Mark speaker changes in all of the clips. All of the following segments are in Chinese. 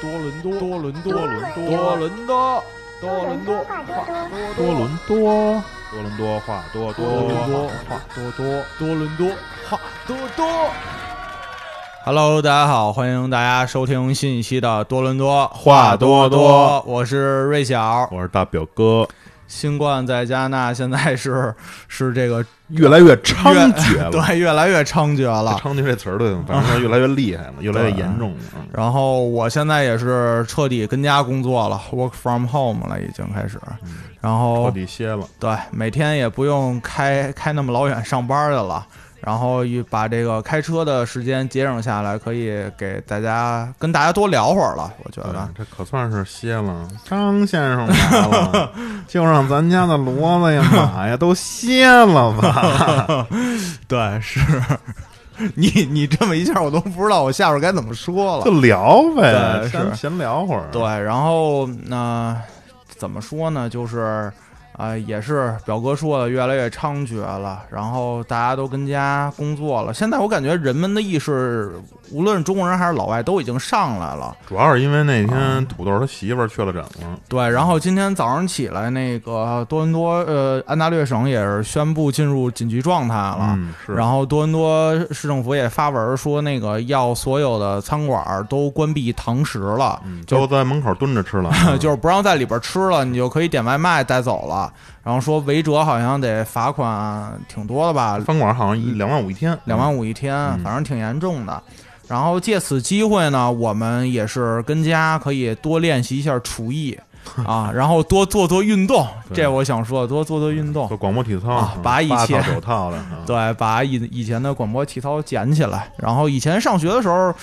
Speaker 1: 多伦多，多伦多，多伦多，多伦多，多伦多，话 多多，多伦多，
Speaker 2: 多伦多话多多，
Speaker 1: 多伦多
Speaker 2: 话多多。
Speaker 1: 多伦多，话多多。
Speaker 3: Hello，大家好，欢迎大家收听新一期的多伦多
Speaker 2: 话多多，
Speaker 3: 我是瑞晓。
Speaker 2: 我是大表哥，
Speaker 3: 新冠在加拿大现在是是这个
Speaker 2: 越来越猖獗了。
Speaker 3: 对越来越猖獗
Speaker 2: 这
Speaker 3: 了。
Speaker 2: 猖獗这词儿对，反正现在越来越厉害了，越来越严重了。嗯
Speaker 3: 然后我现在也是彻底跟家工作了，work from home 了，已经开始。
Speaker 2: 嗯
Speaker 3: 然
Speaker 2: 彻
Speaker 3: 后
Speaker 2: 底歇了，
Speaker 3: 对每天也不用开开那么老远上班去了，然后也把这个开车的时间节省下来，可以给大家跟大家多聊会儿了。我觉得
Speaker 2: 对，这可算是歇了。张先生来了，就让咱家的骡子呀、马呀都歇了吧。
Speaker 3: 对是。 你你这么一下，我都不知道我下边该怎么说了。
Speaker 2: 就聊呗，
Speaker 3: 对
Speaker 2: 咱
Speaker 3: 是
Speaker 2: 闲聊会儿。
Speaker 3: 对，然后那、怎么说呢？就是啊、呃也是表哥说的，越来越猖獗了。然后大家都跟家工作了。现在我感觉人们的意识，无论中国人还是老外，都已经上来了。
Speaker 2: 主要是因为那天土豆他媳妇儿确了诊了，
Speaker 3: 对，然后今天早上起来，那个多伦多呃安大略省也是宣布进入紧急状态了。
Speaker 2: 嗯，是
Speaker 3: 然后多伦多市政府也发文说，那个要所有的餐馆儿都关闭堂食了，
Speaker 2: 嗯
Speaker 3: 就，
Speaker 2: 都在门口蹲着吃了
Speaker 3: 就是不让在里边吃了，你就可以点外卖带走了。然后说违者好像得罚款挺多的吧，
Speaker 2: 饭馆好像一两万五一天，
Speaker 3: 两万五一天，
Speaker 2: 嗯
Speaker 3: 反正挺严重的。然后借此机会呢，我们也是跟家可以多练习一下厨 艺啊，然后多做做运动。
Speaker 2: 对
Speaker 3: 这我想说，多做做运 动
Speaker 2: 做，广播体操
Speaker 3: 啊把以
Speaker 2: 八
Speaker 3: 前
Speaker 2: 套九套的，啊
Speaker 3: 对，把以以前的广播体操捡起来。然后以前上学的时候，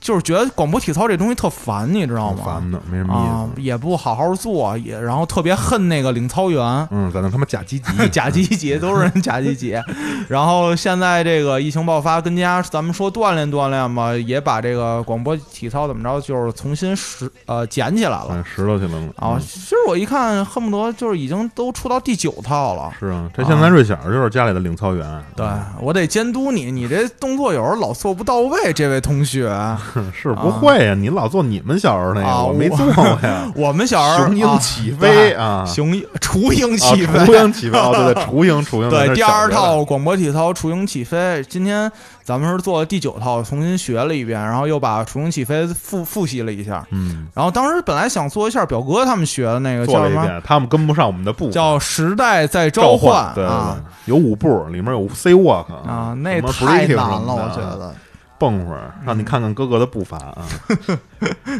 Speaker 3: 就是觉得广播体操这东西特烦，你知道
Speaker 2: 挺
Speaker 3: 吗？
Speaker 2: 烦的，没什
Speaker 3: 啊
Speaker 2: 么意，思。
Speaker 3: 也不好好做，也然后特别恨那个领操员。
Speaker 2: 嗯，在那他妈假积 极，
Speaker 3: 假积极都是人假积极，然后现在这个疫情爆发，跟家咱们说锻炼锻炼吧，也把这个广播体操怎么着，就是重新拾呃捡起来了
Speaker 2: 嗯，石头去了嘛。
Speaker 3: 啊。
Speaker 2: 嗯
Speaker 3: 其实我一看，恨不得就是已经都出到第九套了。
Speaker 2: 是啊，这现在瑞小就是家里的领操员，啊
Speaker 3: 对我得监督你，你这动作有时候老做不到位，这位同学。
Speaker 2: 嗯 是不会呀，你老做你们小时候那
Speaker 3: 啊
Speaker 2: 个，我没
Speaker 3: 我。
Speaker 2: 做过呀
Speaker 3: 我们小时候
Speaker 2: 雄鹰
Speaker 3: 啊
Speaker 2: 起飞
Speaker 3: 对
Speaker 2: 啊，
Speaker 3: 雄鹰雏鹰
Speaker 2: 啊
Speaker 3: 起飞，
Speaker 2: 雏鹰起飞，哦对对，雏鹰雏鹰，那
Speaker 3: 对，
Speaker 2: 是
Speaker 3: 第
Speaker 2: 小
Speaker 3: 二
Speaker 2: 学的
Speaker 3: 套广播体操《雏鹰起飞》，今天咱们是做了第九套，重新学了一遍，然后又把《雏鹰起飞复》复习了一下。
Speaker 2: 嗯，
Speaker 3: 然后当时本来想做一下表哥他们学的那个
Speaker 2: 做
Speaker 3: 叫
Speaker 2: 了
Speaker 3: 什
Speaker 2: 一
Speaker 3: 么？
Speaker 2: 遍，他们跟不上我们的步伐，
Speaker 3: 叫《时代在
Speaker 2: 召
Speaker 3: 唤》
Speaker 2: 对对
Speaker 3: 啊
Speaker 2: 对，有舞步，里面有 C walk
Speaker 3: 啊，
Speaker 2: 什
Speaker 3: 那
Speaker 2: 么
Speaker 3: 太
Speaker 2: breaking 什
Speaker 3: 难了，
Speaker 2: 么
Speaker 3: 我
Speaker 2: 的啊
Speaker 3: 觉得嗯
Speaker 2: 蹦会儿，让你看看哥哥的步伐啊，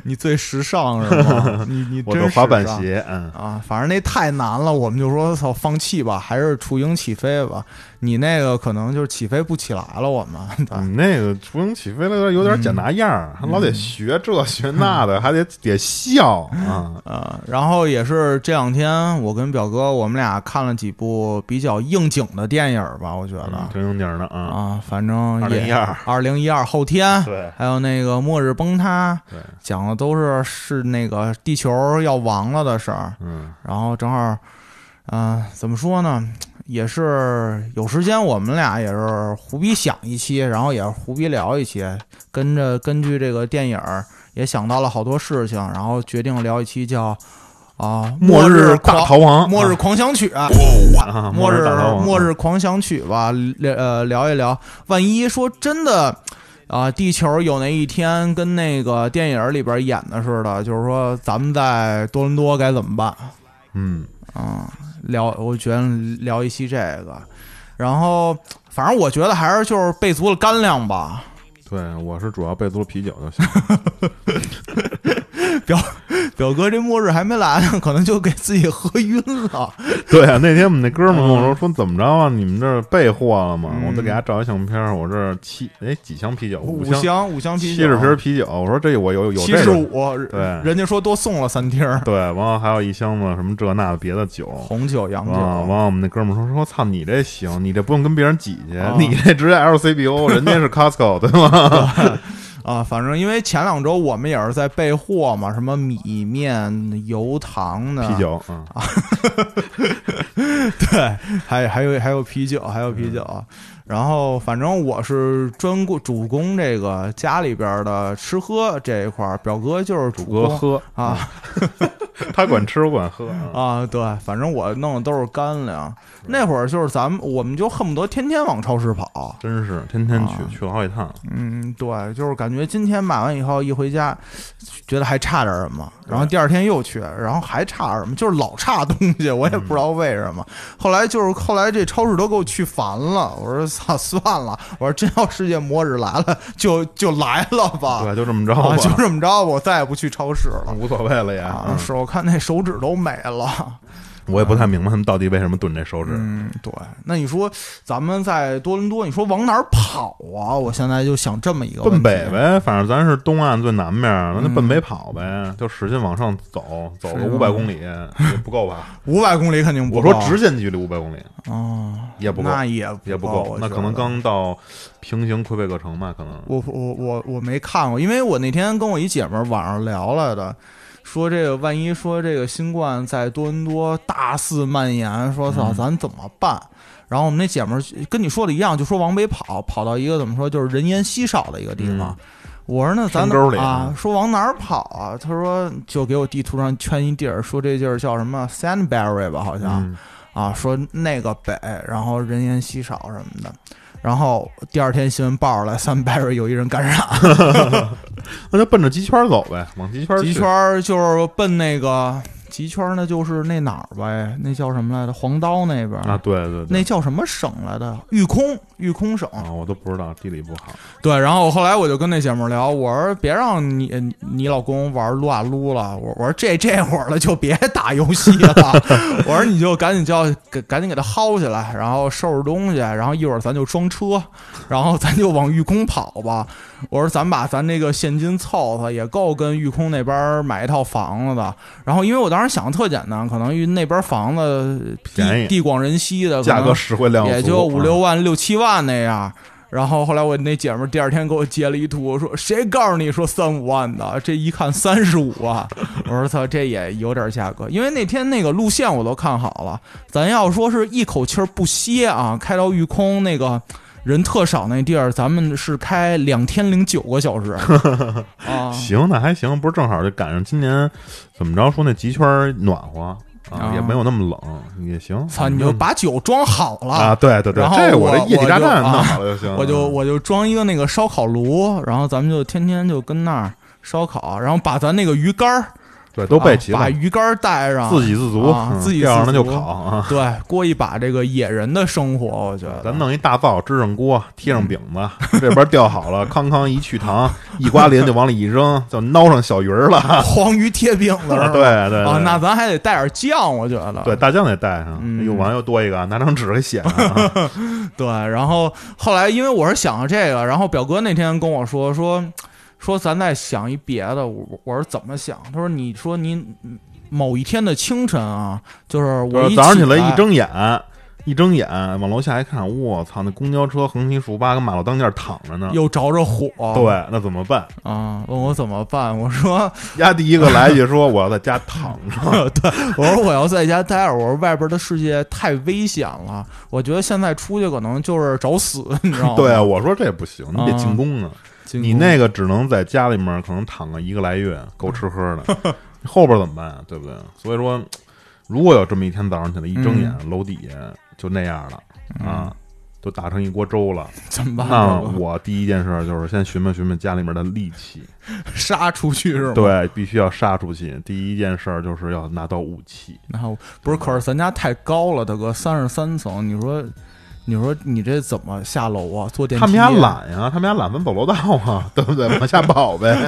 Speaker 3: 你最时尚是吗？你你
Speaker 2: 我
Speaker 3: 真
Speaker 2: 的滑板
Speaker 3: 时尚
Speaker 2: 鞋，嗯，
Speaker 3: 啊，反正那太难了，我们就说操，放弃吧，还是雏鹰起飞吧。你那个可能就是起飞不起来了，我们对。
Speaker 2: 你嗯那个雏鹰起飞了有
Speaker 3: 嗯
Speaker 2: 点假拿样儿，还老得学这学那的，还得得笑啊，
Speaker 3: 呃，然后也是这两天，我跟表哥我们俩看了几部比较应景的电影吧，我觉
Speaker 2: 嗯
Speaker 3: 得、
Speaker 2: 真有点儿的啊，
Speaker 3: 啊，反正也
Speaker 2: 2012
Speaker 3: 二零一二后天，
Speaker 2: 对
Speaker 3: 还有那个末日崩塌，
Speaker 2: 对，
Speaker 3: 讲的都是是那个地球要亡了的事儿，
Speaker 2: 嗯，
Speaker 3: 然后正好，嗯、怎么说呢？也是有时间，我们俩也是胡逼想一期，然后也是胡逼聊一期，跟着根据这个电影儿也想到了好多事情，然后决定聊一期叫啊、
Speaker 2: 末
Speaker 3: 日
Speaker 2: 日大
Speaker 3: 狂
Speaker 2: 逃亡，
Speaker 3: 末日
Speaker 2: 啊
Speaker 3: 狂想曲。
Speaker 2: 啊
Speaker 3: 末
Speaker 2: 末
Speaker 3: 日
Speaker 2: 大逃亡，
Speaker 3: 末日狂想曲吧，聊呃聊一聊。万一说真的，啊、地球有那一天跟那个电影里边演的似的，就是说咱们在多伦多该怎么办？
Speaker 2: 嗯，
Speaker 3: 嗯，聊，我觉得聊一期这个，然后反正我觉得还是就是备足了干粮吧。
Speaker 2: 对，我是主要备足了啤酒 就行，
Speaker 3: 表哥这末日还没来呢，可能就给自己喝晕了。
Speaker 2: 对啊，那天我们那哥们儿跟我
Speaker 3: 嗯
Speaker 2: 说说怎么着啊？你们这儿备货了吗？我再给他照一相片儿，我这儿七哎几箱啤酒，
Speaker 3: 五
Speaker 2: 箱
Speaker 3: 箱五箱啤
Speaker 2: 七
Speaker 3: 酒，
Speaker 2: 十瓶啤酒，我说这我有有有
Speaker 3: 七
Speaker 2: 这
Speaker 3: 十
Speaker 2: 个，
Speaker 3: 五，
Speaker 2: 对
Speaker 3: 人家说多送了三听儿
Speaker 2: 对，完了还有一箱子什么这那的别的酒。
Speaker 3: 红酒、洋酒。
Speaker 2: 啊！完了，我们那哥们儿说说，操，你这行，你这不用跟别人挤去
Speaker 3: 啊，
Speaker 2: 你这直接 LCBO，人家是 Costco，对吗？
Speaker 3: 啊，反正因为前两周我们也是在备货嘛，什么米面、油糖的
Speaker 2: 啤，酒，嗯，
Speaker 3: 啊对，还还有还有啤酒，还有啤酒。然后反正我是专攻主攻这个家里边的吃喝这一块儿，表哥就是主
Speaker 2: 哥
Speaker 3: 攻
Speaker 2: 喝，
Speaker 3: 啊，
Speaker 2: 他管吃我管喝，嗯
Speaker 3: 啊，对，反正我弄的都是干粮。那会儿就是咱们，我们就恨不得天天往超市跑。
Speaker 2: 真是天天去
Speaker 3: 啊
Speaker 2: 去了好几趟，
Speaker 3: 嗯，对，就是感觉今天买完以后一回家，觉得还差点什么，然后第二天又去，然后还差什么，就是老差东西，我也不知
Speaker 2: 嗯
Speaker 3: 道为什么。后来就是后来这超市都给我去烦了，我说操， 算了，我说真要世界末日来了，就就来了吧，
Speaker 2: 对，就这么着
Speaker 3: 啊，
Speaker 2: 吧，
Speaker 3: 就这么着吧，我再也不去超市了。
Speaker 2: 无所谓了也。
Speaker 3: 啊，
Speaker 2: 嗯
Speaker 3: 是我看那手指都没了。
Speaker 2: 我也不太明白他们到底为什么炖这手指。
Speaker 3: 嗯，对。那你说咱们在多伦多，你说往哪儿跑啊？我现在就想这么一个问
Speaker 2: 奔
Speaker 3: 题
Speaker 2: 北。呗，反正咱是东岸最南面，那就奔北跑呗，就使劲往上走，走个
Speaker 3: 嗯是吗
Speaker 2: 五百公里也不够吧？
Speaker 3: 五百公里肯定不
Speaker 2: 我
Speaker 3: 够。
Speaker 2: 说直线距离五百公里
Speaker 3: 啊，
Speaker 2: 也不够，
Speaker 3: 那也
Speaker 2: 也不
Speaker 3: 够
Speaker 2: 够，，那
Speaker 3: 哦我觉
Speaker 2: 可能
Speaker 3: 得。
Speaker 2: 刚到平行魁北克城吧，可能
Speaker 3: 我我我我没看过，因为我那天跟我一姐们儿晚上聊来的，说这个万一说这个新冠在多伦多大肆蔓延，
Speaker 2: 嗯
Speaker 3: 说操咱怎么办？然后我们那姐们儿跟你说的一样，就说往北跑，跑到一个怎么说就是人烟稀少的一个地方。
Speaker 2: 嗯
Speaker 3: 我说那咱
Speaker 2: 山沟里
Speaker 3: 啊
Speaker 2: 嗯，
Speaker 3: 说往哪儿跑啊？他说就给我地图上圈一地儿，说这地儿叫什么 Sandberry 吧，好像。
Speaker 2: 嗯
Speaker 3: 啊，说那个北，然后人烟稀少什么的。然后第二天新闻报出来，三百人有一人感染，
Speaker 2: 那就奔着极圈走呗，往极圈去
Speaker 3: 极圈儿就是奔那个极圈儿呢，就是那哪儿呗，那叫什么来着？黄刀那边儿，
Speaker 2: 啊，对对对
Speaker 3: 那，叫什么省来的？育空，育空省。
Speaker 2: 啊，我都不知道地理不好，
Speaker 3: 对，然后后来我就跟那姐们儿聊，我说别让你你你老公玩撸啊撸了，我我说这这会儿了就别打游戏 了，我说你就赶紧叫赶赶紧给他薅起来，然后收拾东西，然后一会儿咱就装车，然后咱就往育空跑吧。我说咱把咱这个现金凑凑也够跟育空那边儿买一套房子的。然后因为我当时想的特简单，可能育那边儿房子地
Speaker 2: 便宜
Speaker 3: 地广人稀的，可
Speaker 2: 价
Speaker 3: 能
Speaker 2: 格实惠量啊又
Speaker 3: 也
Speaker 2: 足
Speaker 3: 就五六万、六七万那样。然后后来我那姐们儿第二天给我截了一图，说谁告诉你说三五万的？这一看三十五啊！ 我说操，这也有点价格。因为那天那个路线我都看好了，咱要说是一口气儿不歇啊，开到育空那个人特少那地儿，咱们是开两天零九个小时啊
Speaker 2: 啊。行，那还行，不是正好就赶上今年怎么着说那极圈暖和啊，
Speaker 3: 啊
Speaker 2: 也没有那么冷，也行。
Speaker 3: 操，你就把酒装好了
Speaker 2: 啊，对对对，
Speaker 3: 然后
Speaker 2: 这
Speaker 3: 我
Speaker 2: 这业绩炸
Speaker 3: 我
Speaker 2: 弹
Speaker 3: 就啊
Speaker 2: 弄好了就行，嗯
Speaker 3: 我就我就装一个那个烧烤炉，然后咱们就天天就跟那儿烧烤，然后把咱那个鱼竿儿
Speaker 2: 对都备齐
Speaker 3: 啊
Speaker 2: 了
Speaker 3: 把，鱼竿儿带上，
Speaker 2: 自给自足
Speaker 3: 啊，
Speaker 2: 嗯
Speaker 3: 自给
Speaker 2: 钓上
Speaker 3: 自
Speaker 2: 了就
Speaker 3: 足
Speaker 2: 烤啊。
Speaker 3: 对过一把这个野人的生活，我觉得
Speaker 2: 咱弄一大灶，支上锅，贴上饼子，这边吊好了，康康一去糖，一刮鳞就往里一扔，就捞上小鱼儿了。
Speaker 3: 黄鱼贴饼 子是吧，
Speaker 2: 对对对
Speaker 3: 啊，那咱还得带点酱，我觉得
Speaker 2: 对大酱得带上，
Speaker 3: 啊嗯
Speaker 2: 又完又多一个，拿张纸给写上 啊。
Speaker 3: 对，然后后来因为我是想了这个，然后表哥那天跟我说说说咱再想一别的，我我是怎么想？他说你说你某一天的清晨啊，就是
Speaker 2: 就
Speaker 3: 我
Speaker 2: 是
Speaker 3: 一
Speaker 2: 早上起来
Speaker 3: 来
Speaker 2: 一睁眼，一睁眼往楼下一看，我操，那公交车横七竖八跟马路当间躺着呢。
Speaker 3: 又着着火，
Speaker 2: 嗯对，那怎么办？
Speaker 3: 啊，问我怎么办？我说，
Speaker 2: 丫第一个来一句说我要在家躺着，
Speaker 3: 我说我要在家待着，我说外边的世界太危险了，我觉得现在出去可能就是找死， 你知道吗？
Speaker 2: 对，我说这不行，你得
Speaker 3: 啊
Speaker 2: 进攻啊。
Speaker 3: 进攻
Speaker 2: 你那个只能在家里面可能躺个一个来月，够吃喝 的，后边怎么办啊？对不对？所以说，如果有这么一天早上起来一睁眼，
Speaker 3: 嗯
Speaker 2: 楼底下就那样了啊，就打成一锅粥了，
Speaker 3: 怎么办？
Speaker 2: 那
Speaker 3: 我
Speaker 2: 我第一件事就是先寻摸寻摸家里面的利器，
Speaker 3: 杀出去是吗？，
Speaker 2: 对，必须要杀出去。第一件事就是要拿到武器，
Speaker 3: 然后不是，可是咱家太高了，大哥，三十三层，你说，你说你这怎么下楼啊？坐电梯？
Speaker 2: 他们家，懒呀，他们家懒，咱走楼道啊，对不对？往下跑呗。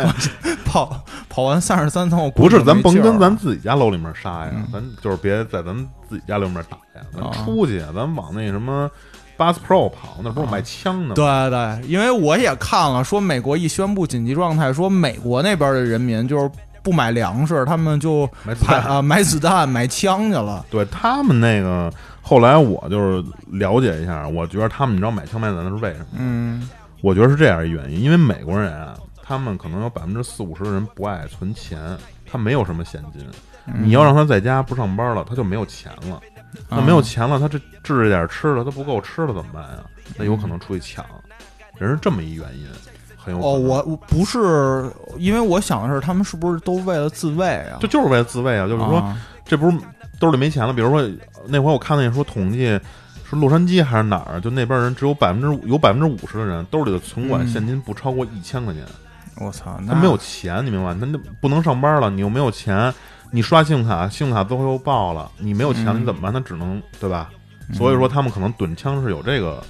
Speaker 3: 跑跑完三十三层，我估
Speaker 2: 不
Speaker 3: 计
Speaker 2: 是，咱
Speaker 3: 没
Speaker 2: 甭
Speaker 3: 劲儿
Speaker 2: 跟咱
Speaker 3: 了
Speaker 2: 自己家楼里面杀呀
Speaker 3: 嗯，
Speaker 2: 咱就是别在咱们自己家里面打呀，
Speaker 3: 啊
Speaker 2: 咱出去，咱往那什么 Bus Pro 跑，那不是有卖枪的吗？
Speaker 3: 哦对对，因为我也看了，说美国一宣布紧急状态，说美国那边的人民就是不买粮食，他们就
Speaker 2: 买子
Speaker 3: 买
Speaker 2: 弹。
Speaker 3: 啊买子弹买枪去了。
Speaker 2: 对他们那个，后来我就是了解一下，我觉得他们你知道买枪卖子弹是为什么？
Speaker 3: 嗯
Speaker 2: 我觉得是这样一原因，因为美国人啊，他他们可能有百分之四五十的人不爱存钱，他没有什么现金。
Speaker 3: 嗯
Speaker 2: 你要让他在家不上班了，他就没有钱了。那没有
Speaker 3: 嗯
Speaker 2: 钱了，他这置这点吃的，他不够吃了怎么办呀？
Speaker 3: 嗯
Speaker 2: 那有可能出去抢，人是这么一原因，很有可能
Speaker 3: 哦，我我不是，因为我想的是他们是不是都为了自卫啊？
Speaker 2: 这就是为了自卫啊，就是说、
Speaker 3: 啊
Speaker 2: 这不是兜里没钱了。比如说那回我看那说统计是洛杉矶还是哪儿，就那边人只有百分之有百分之五十的人兜里的存款
Speaker 3: 嗯
Speaker 2: 现金不超过一千块钱，
Speaker 3: 我操，那
Speaker 2: 他没有钱，你明白吗？他那不能上班了，你又没有钱，你刷信用卡，信用卡最后又爆了，你没有钱了
Speaker 3: 嗯
Speaker 2: 你怎么办？他只能对吧？所以说他们可能蹲枪是有这个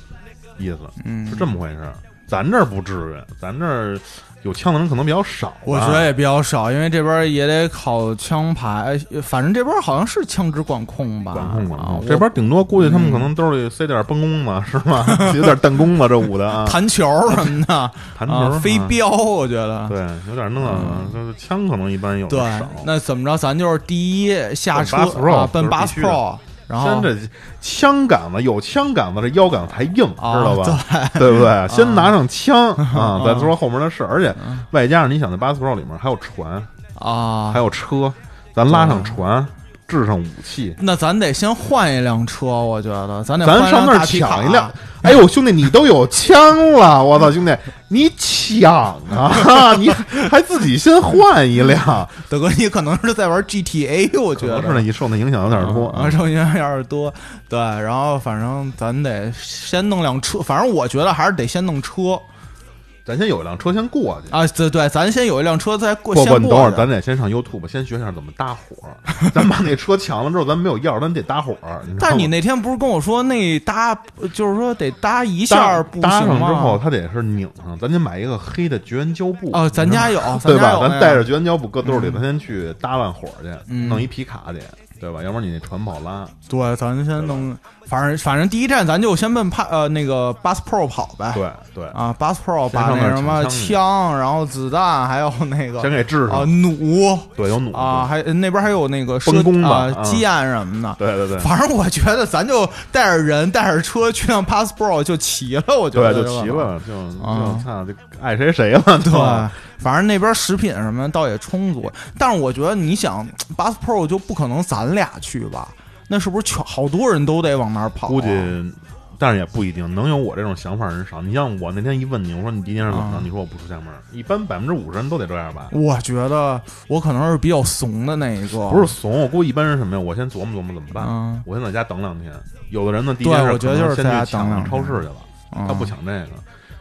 Speaker 2: 意思，
Speaker 3: 嗯
Speaker 2: 是这么回事儿。咱这儿不至于，咱这儿有枪的人可能比较少吧。
Speaker 3: 我觉得也比较少，因为这边也得考枪牌，呃反正这边好像是枪支管控吧？
Speaker 2: 管控管
Speaker 3: 啊嗯
Speaker 2: 控，这边顶多估计他们可能兜里塞点崩弓子是吗？有点弹弓子这舞的啊
Speaker 3: 我， 弹球什么的，
Speaker 2: 弹球
Speaker 3: 啊，
Speaker 2: 啊
Speaker 3: 飞镖，我觉得。
Speaker 2: 对，有点那个，就是枪可能一般有
Speaker 3: 对
Speaker 2: 的少。，
Speaker 3: 那怎么着？咱就是第一下车
Speaker 2: 奔
Speaker 3: 啊，奔八
Speaker 2: 巴 Pro，就是必须的
Speaker 3: Pro，然后
Speaker 2: 先这枪杆子有枪杆子，这腰杆子才硬，知
Speaker 3: 啊
Speaker 2: 道吧？ 对不对？先拿上枪啊，
Speaker 3: 嗯
Speaker 2: 再说后面的事。而且外加上你想，在巴斯 pro 里面还有船，
Speaker 3: 啊
Speaker 2: 还，有车，咱拉上船，置上武器，
Speaker 3: 那咱得先换一辆车，我觉得咱得
Speaker 2: 咱
Speaker 3: 换
Speaker 2: 上
Speaker 3: 辆
Speaker 2: 那儿
Speaker 3: 大啊皮卡
Speaker 2: 抢一辆。哎呦，兄弟，你都有枪了， 我操，兄弟，你抢啊！ 你还自己先换一辆，
Speaker 3: 德哥，你可能是在玩 GTA，我 觉
Speaker 2: 主要
Speaker 3: 得
Speaker 2: 是呢，你受那影响有点多
Speaker 3: 啊，
Speaker 2: 啊。
Speaker 3: 受影响有点多。对，然后反正咱得先弄辆车，反正我觉得还是得先弄车
Speaker 2: 咱先有一辆车先过去。
Speaker 3: 啊。对对，咱先有一辆车再过，
Speaker 2: 不
Speaker 3: 先
Speaker 2: 不，你等会儿，
Speaker 3: 去
Speaker 2: 咱得先上 YouTube 先学一下怎么搭火。咱把那车抢了之后，咱没有钥匙，咱得搭火。知道吗
Speaker 3: 但是你那天不是跟我说那搭，就是说得搭一下
Speaker 2: 搭
Speaker 3: 不
Speaker 2: 搭
Speaker 3: 行
Speaker 2: 上
Speaker 3: 吗？
Speaker 2: 之后，它得是拧上。咱得买一个黑的绝缘胶布
Speaker 3: 哦，咱家有，
Speaker 2: 对
Speaker 3: 家
Speaker 2: 吧？
Speaker 3: 有那
Speaker 2: 咱
Speaker 3: 个
Speaker 2: 带着绝缘胶布搁兜里，咱先去搭完火去，
Speaker 3: 嗯
Speaker 2: 弄一皮卡去，对吧？要不然你那船不好拉。
Speaker 3: 对，咱先弄，反正反正第一站咱就先奔帕呃那个 Bus Pro 跑呗。
Speaker 2: 对对，
Speaker 3: 啊，Bus Pro
Speaker 2: 先
Speaker 3: 把
Speaker 2: 上那
Speaker 3: 那
Speaker 2: 儿
Speaker 3: 什么
Speaker 2: 抢
Speaker 3: 枪，然后子弹，还有那个
Speaker 2: 先给制
Speaker 3: 啊
Speaker 2: 上。
Speaker 3: 弩
Speaker 2: 对，有弩
Speaker 3: 啊，。还那边还有那个
Speaker 2: 崩
Speaker 3: 射
Speaker 2: 弓吧
Speaker 3: 啊
Speaker 2: 啊
Speaker 3: 箭什么的。
Speaker 2: 对对对，
Speaker 3: 反正我觉得咱就带着人带着车去趟 Pass Pro 就齐了，我觉
Speaker 2: 对，
Speaker 3: 得
Speaker 2: 就
Speaker 3: 吧
Speaker 2: 齐。了，嗯就
Speaker 3: 啊
Speaker 2: 就操，就爱谁谁了，
Speaker 3: 对
Speaker 2: 对吧，
Speaker 3: 反正那边食品什么倒也充足，但是我觉得你想 Pass Pro 就不可能咱俩去吧？那是不是全好多人都得往那儿跑啊？
Speaker 2: 估计，但是也不一定能有我这种想法的人少。你像我那天一问你，我说你第一件事怎么
Speaker 3: 啊
Speaker 2: 着？你说我不出家门儿，一般百分之五十人都得这样吧？
Speaker 3: 我觉得我可能是比较怂的那一个，
Speaker 2: 不是怂，我估计一般是什么呀？我先琢磨琢磨怎么办。
Speaker 3: 嗯
Speaker 2: 我先在家等两天。有的人呢，第一
Speaker 3: 对
Speaker 2: 件事
Speaker 3: 我觉得
Speaker 2: 可能
Speaker 3: 就是在家
Speaker 2: 先去
Speaker 3: 等
Speaker 2: 抢
Speaker 3: 两
Speaker 2: 超
Speaker 3: 天
Speaker 2: 市去了，
Speaker 3: 嗯
Speaker 2: 他不抢这个，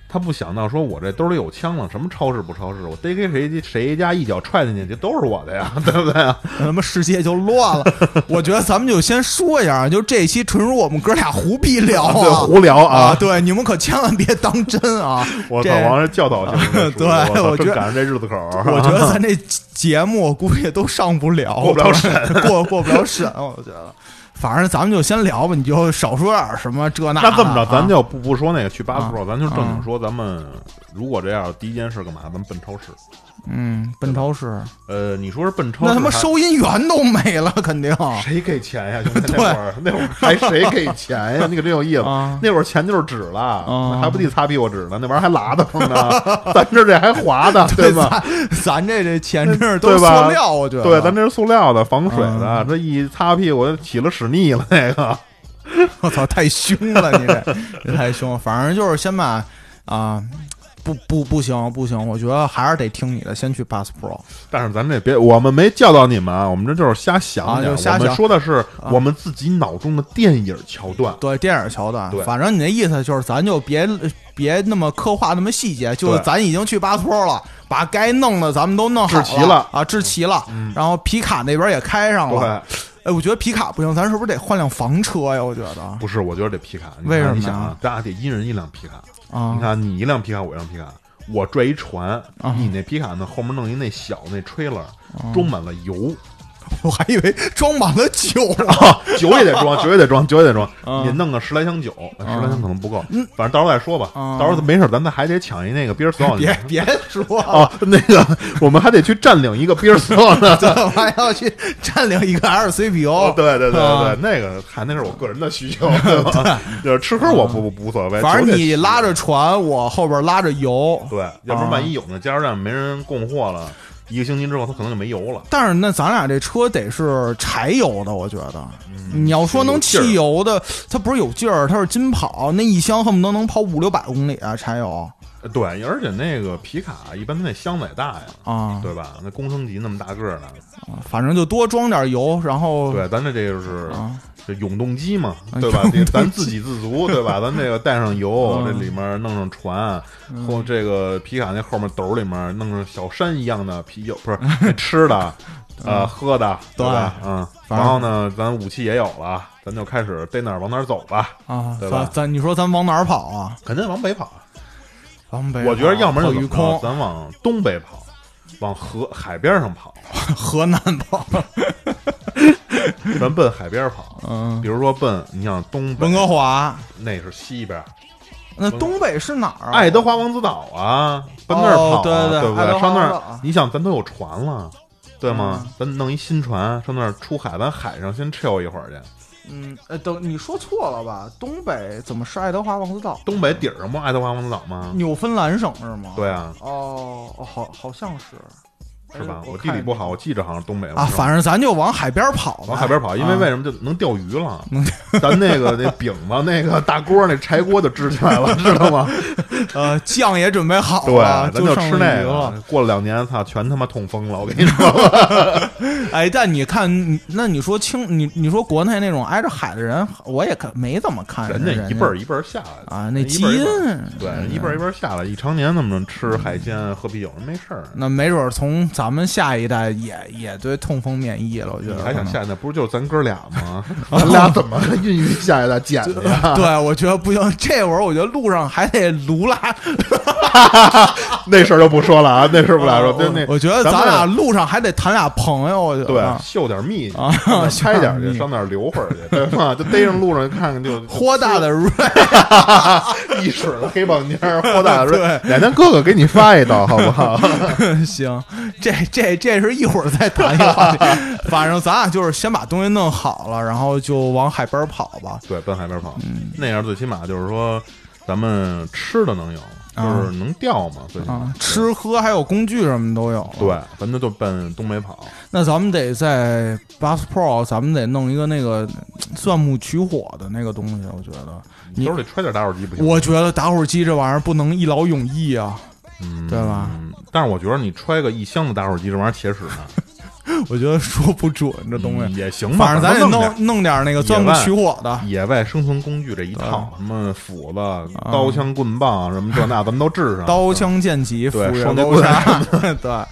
Speaker 2: 他不想到说我这兜里有枪了，什么超市不超市，我逮给谁谁家一脚踹进去，这都是我的呀，对不对啊？
Speaker 3: 他妈世界就乱了。 我觉得咱们就先说一下，就这期纯属我们哥俩胡逼聊
Speaker 2: 对，
Speaker 3: 啊。
Speaker 2: 胡聊
Speaker 3: 啊，对，你们可千万别当真啊！
Speaker 2: 我操，
Speaker 3: 这
Speaker 2: 王是教导性 的
Speaker 3: 对
Speaker 2: 我操
Speaker 3: 我觉
Speaker 2: 正
Speaker 3: 得
Speaker 2: 赶上这日子口儿，
Speaker 3: 我觉得咱这节目估计都上不了，
Speaker 2: 过不了审，
Speaker 3: 过过不了审，我觉得。反正咱们就先聊吧，你就少说点什么这那的啊。
Speaker 2: 那这么着，咱就不不说那个去巴斯
Speaker 3: 啊
Speaker 2: pro，咱就正经说，咱们如果这样，第一件事干嘛？咱们奔超市。
Speaker 3: 嗯，奔超市，
Speaker 2: 呃，你说是奔超市，
Speaker 3: 那他妈
Speaker 2: 还啊
Speaker 3: 收银员都没了，肯定
Speaker 2: 谁给钱呀？兄 弟，那会儿那会儿还谁给 钱呀？那可真有意思
Speaker 3: 啊。
Speaker 2: 那会儿钱就是纸了，
Speaker 3: 啊
Speaker 2: 还不得擦屁股纸呢？那玩意儿还拉的 呢，咱这这还滑的， 对吗？
Speaker 3: 咱 咱这这钱真是都
Speaker 2: 对
Speaker 3: 是
Speaker 2: 吧
Speaker 3: 塑料，啊我觉得。
Speaker 2: 对，咱这是塑料的，防水的
Speaker 3: 啊，
Speaker 2: 这一擦屁股就起了屎腻了，那个。
Speaker 3: 我操，太凶了，你这这太凶了。反正就是先把啊、不不不行不行，我觉得还是得听你的，先去 Pass Pro。
Speaker 2: 但是咱这别，我们没教导你们啊，我们这就是瞎想
Speaker 3: 啊
Speaker 2: 点儿。
Speaker 3: 就瞎
Speaker 2: 我们
Speaker 3: 想啊
Speaker 2: 说的是我们自己脑中的电影桥段。
Speaker 3: 对电影桥段
Speaker 2: 对，
Speaker 3: 反正你的意思就是，咱就别别那么刻画那么细节，就是
Speaker 2: 对
Speaker 3: 咱已经去巴托了，把该弄的咱们都弄好
Speaker 2: 置齐了嗯
Speaker 3: 啊，置齐了，然后皮卡那边也开上
Speaker 2: 对
Speaker 3: 了。，哎，我觉得皮卡不行，咱是不是得换辆房车呀？我觉得
Speaker 2: 不是，我觉得得皮卡。你
Speaker 3: 为
Speaker 2: 看
Speaker 3: 什
Speaker 2: 你
Speaker 3: 么
Speaker 2: 想
Speaker 3: 呀
Speaker 2: 啊，咱俩得一人一辆皮卡。
Speaker 3: 啊啊
Speaker 2: 你，看，你一辆皮卡，我一辆皮卡，我拽一船，你那皮卡呢，后面弄一那小那 trailer，装满了油。
Speaker 3: 我还以为装满了 酒。
Speaker 2: 啊，酒也得 装，酒也得装，酒也得装。
Speaker 3: 嗯
Speaker 2: 你弄个十来箱酒，十
Speaker 3: 啊
Speaker 2: 来箱可能不够，反正到时候再说吧。
Speaker 3: 嗯
Speaker 2: 到时候没事，咱们还得抢一那个比尔索奥尼
Speaker 3: 别别说了，
Speaker 2: 哦， 那个我们还得去占领一个比尔索奥呢。哦
Speaker 3: 这还要去占领一个 LCPO。
Speaker 2: 对对对
Speaker 3: 啊
Speaker 2: 对，那个还那是我个人的需求，对吧？就是吃喝我不不无所谓，
Speaker 3: 反
Speaker 2: 酒
Speaker 3: 正
Speaker 2: 得
Speaker 3: 你
Speaker 2: 吃
Speaker 3: 拉着船，我后边拉着 油。
Speaker 2: 对，要不然万一有呢，加油站没人供货了，一个星期之后它可能就没油了。
Speaker 3: 但是那咱俩这车得是柴油的，我觉得。
Speaker 2: 嗯
Speaker 3: 你要说能汽油的，它不是有劲儿，它是金跑，那一箱恨不得能跑五六百公里啊，柴油
Speaker 2: 呃对，而且那个皮卡一般它那箱子也大呀，
Speaker 3: 啊，
Speaker 2: 对吧？那工升级那么大个儿呢，
Speaker 3: 反正就多装点油，然后
Speaker 2: 对，咱这这就是
Speaker 3: 啊
Speaker 2: 这永动机嘛，
Speaker 3: 啊
Speaker 2: 对吧
Speaker 3: 永？
Speaker 2: 这咱自给自足，对吧？咱这个带上油，
Speaker 3: 嗯
Speaker 2: 这里面弄上船，后这个皮卡那后面斗里面弄上小山一样的啤酒，不是 那吃的，呃，喝的，
Speaker 3: 对
Speaker 2: 吧？嗯，
Speaker 3: 反正
Speaker 2: 然后呢，咱武器也有了，咱就开始逮哪儿往哪儿走吧，
Speaker 3: 啊，
Speaker 2: 对吧
Speaker 3: 咱咱你说咱往哪儿跑啊？
Speaker 2: 肯定往北跑啊。
Speaker 3: 往北跑，
Speaker 2: 我觉得要不
Speaker 3: 跑
Speaker 2: 然就怎
Speaker 3: 玉
Speaker 2: 么着，
Speaker 3: 空，
Speaker 2: 咱往东北跑，往河海边上跑，
Speaker 3: 河南跑，
Speaker 2: 咱奔海边跑。
Speaker 3: 嗯
Speaker 2: 比，如说奔，你想东北
Speaker 3: 温哥华。
Speaker 2: 那是西边，
Speaker 3: 那东北是哪儿啊？
Speaker 2: 爱德华王子岛啊，奔那儿跑、
Speaker 3: 哦
Speaker 2: 啊
Speaker 3: 对对对
Speaker 2: 对不
Speaker 3: 爱德
Speaker 2: 对？
Speaker 3: 华
Speaker 2: 上那
Speaker 3: 王子岛啊嗯
Speaker 2: 儿，你想咱都有船了，对吗？咱弄一新船上那儿出海，咱海上先 chill 一会儿去。
Speaker 3: 嗯，呃，等你说错了吧？东北怎么是爱德华王子岛？
Speaker 2: 东北底儿上不是爱德华王子岛吗？
Speaker 3: 纽芬兰省是吗？。
Speaker 2: 对啊，
Speaker 3: 哦，哦好，好像是，
Speaker 2: 是吧
Speaker 3: 哎？
Speaker 2: 我
Speaker 3: 我
Speaker 2: 地理
Speaker 3: 看
Speaker 2: 不好，我记着好像东北
Speaker 3: 啊，
Speaker 2: 是吧
Speaker 3: 反正咱就往海边跑吧，
Speaker 2: 往海边跑，因为
Speaker 3: 啊
Speaker 2: 为什么就能钓鱼了？咱那个那饼子、那个大锅、那柴锅就支起来了，知道吗？
Speaker 3: 呃酱也准备好
Speaker 2: 对，
Speaker 3: 了，
Speaker 2: 咱就
Speaker 3: 哦剩
Speaker 2: 吃那
Speaker 3: 鱼了。
Speaker 2: 个。过了两年，操，全他妈痛风了，我跟你说。
Speaker 3: 哎，但你看，你那你说清，你你说国内那种挨着海的人，我也看没怎么看
Speaker 2: 人家一辈儿一辈儿下来的
Speaker 3: 啊，那基
Speaker 2: 一辈儿一
Speaker 3: 因嗯
Speaker 2: 辈儿对，一辈儿一辈儿下来，一常年那么吃海鲜、喝啤酒，没事儿。
Speaker 3: 那没准儿从咱们下一代也也对痛风免疫了，我觉
Speaker 2: 你
Speaker 3: 得
Speaker 2: 还
Speaker 3: 可
Speaker 2: 想
Speaker 3: 能
Speaker 2: 下一代？不是就是咱哥俩 吗？咱俩怎么孕育下一代捡的呀？
Speaker 3: 对，我觉得不行，这会儿我觉得路上还得撸拉，
Speaker 2: 那事儿就不说了啊，那事儿不俩说。
Speaker 3: 我
Speaker 2: 对，那
Speaker 3: 哦我觉得
Speaker 2: 咱
Speaker 3: 咱
Speaker 2: 们
Speaker 3: 俩路上还得谈俩朋友，我觉
Speaker 2: 对
Speaker 3: 得
Speaker 2: 秀点蜜去
Speaker 3: 啊， 秀
Speaker 2: 上哪儿拍
Speaker 3: 点
Speaker 2: 点儿
Speaker 3: 蜜
Speaker 2: 去，上那儿留会儿去，对 吧？就逮上路上看看就，就
Speaker 3: 豁大的瑞，
Speaker 2: 一水的黑棒尖儿，豁大
Speaker 3: 对
Speaker 2: 说：“奶奶哥哥给你发一道好不好？
Speaker 3: 行，这这这是一会儿再谈一个 话题，反正咱俩就是先把东西弄好了，然后就往海边跑吧。
Speaker 2: 对，奔海边跑，
Speaker 3: 嗯
Speaker 2: 那样最起码就是说，咱们吃的能有，就是能钓嘛，最起
Speaker 3: 啊
Speaker 2: 码，
Speaker 3: 吃喝还有工具什么都有。
Speaker 2: 对，，咱们就奔东北跑，
Speaker 3: 那咱们得在 Bus Pro，咱们得弄一个那个钻木取火的那个东西，我觉得，
Speaker 2: 你手里揣点打火机不行吗，
Speaker 3: 我觉得打火机这玩意儿不能一劳永逸啊。
Speaker 2: 嗯
Speaker 3: 对吧？
Speaker 2: 但是我觉得你揣个一箱子打火机，这玩意儿且使呢，
Speaker 3: 我觉得说不准这 东
Speaker 2: 嗯
Speaker 3: 西，
Speaker 2: 也行吧，
Speaker 3: 反正咱得
Speaker 2: 弄点
Speaker 3: 弄弄点那个钻木取火的。
Speaker 2: 野外生存工具这一套，什么斧子、刀枪棍棒什么这那，咱们都治上。
Speaker 3: 啊 刀枪剑戟、斧
Speaker 2: 啊对
Speaker 3: 钺
Speaker 2: 双
Speaker 3: 钩
Speaker 2: 截棍
Speaker 3: 叉， 对，啊、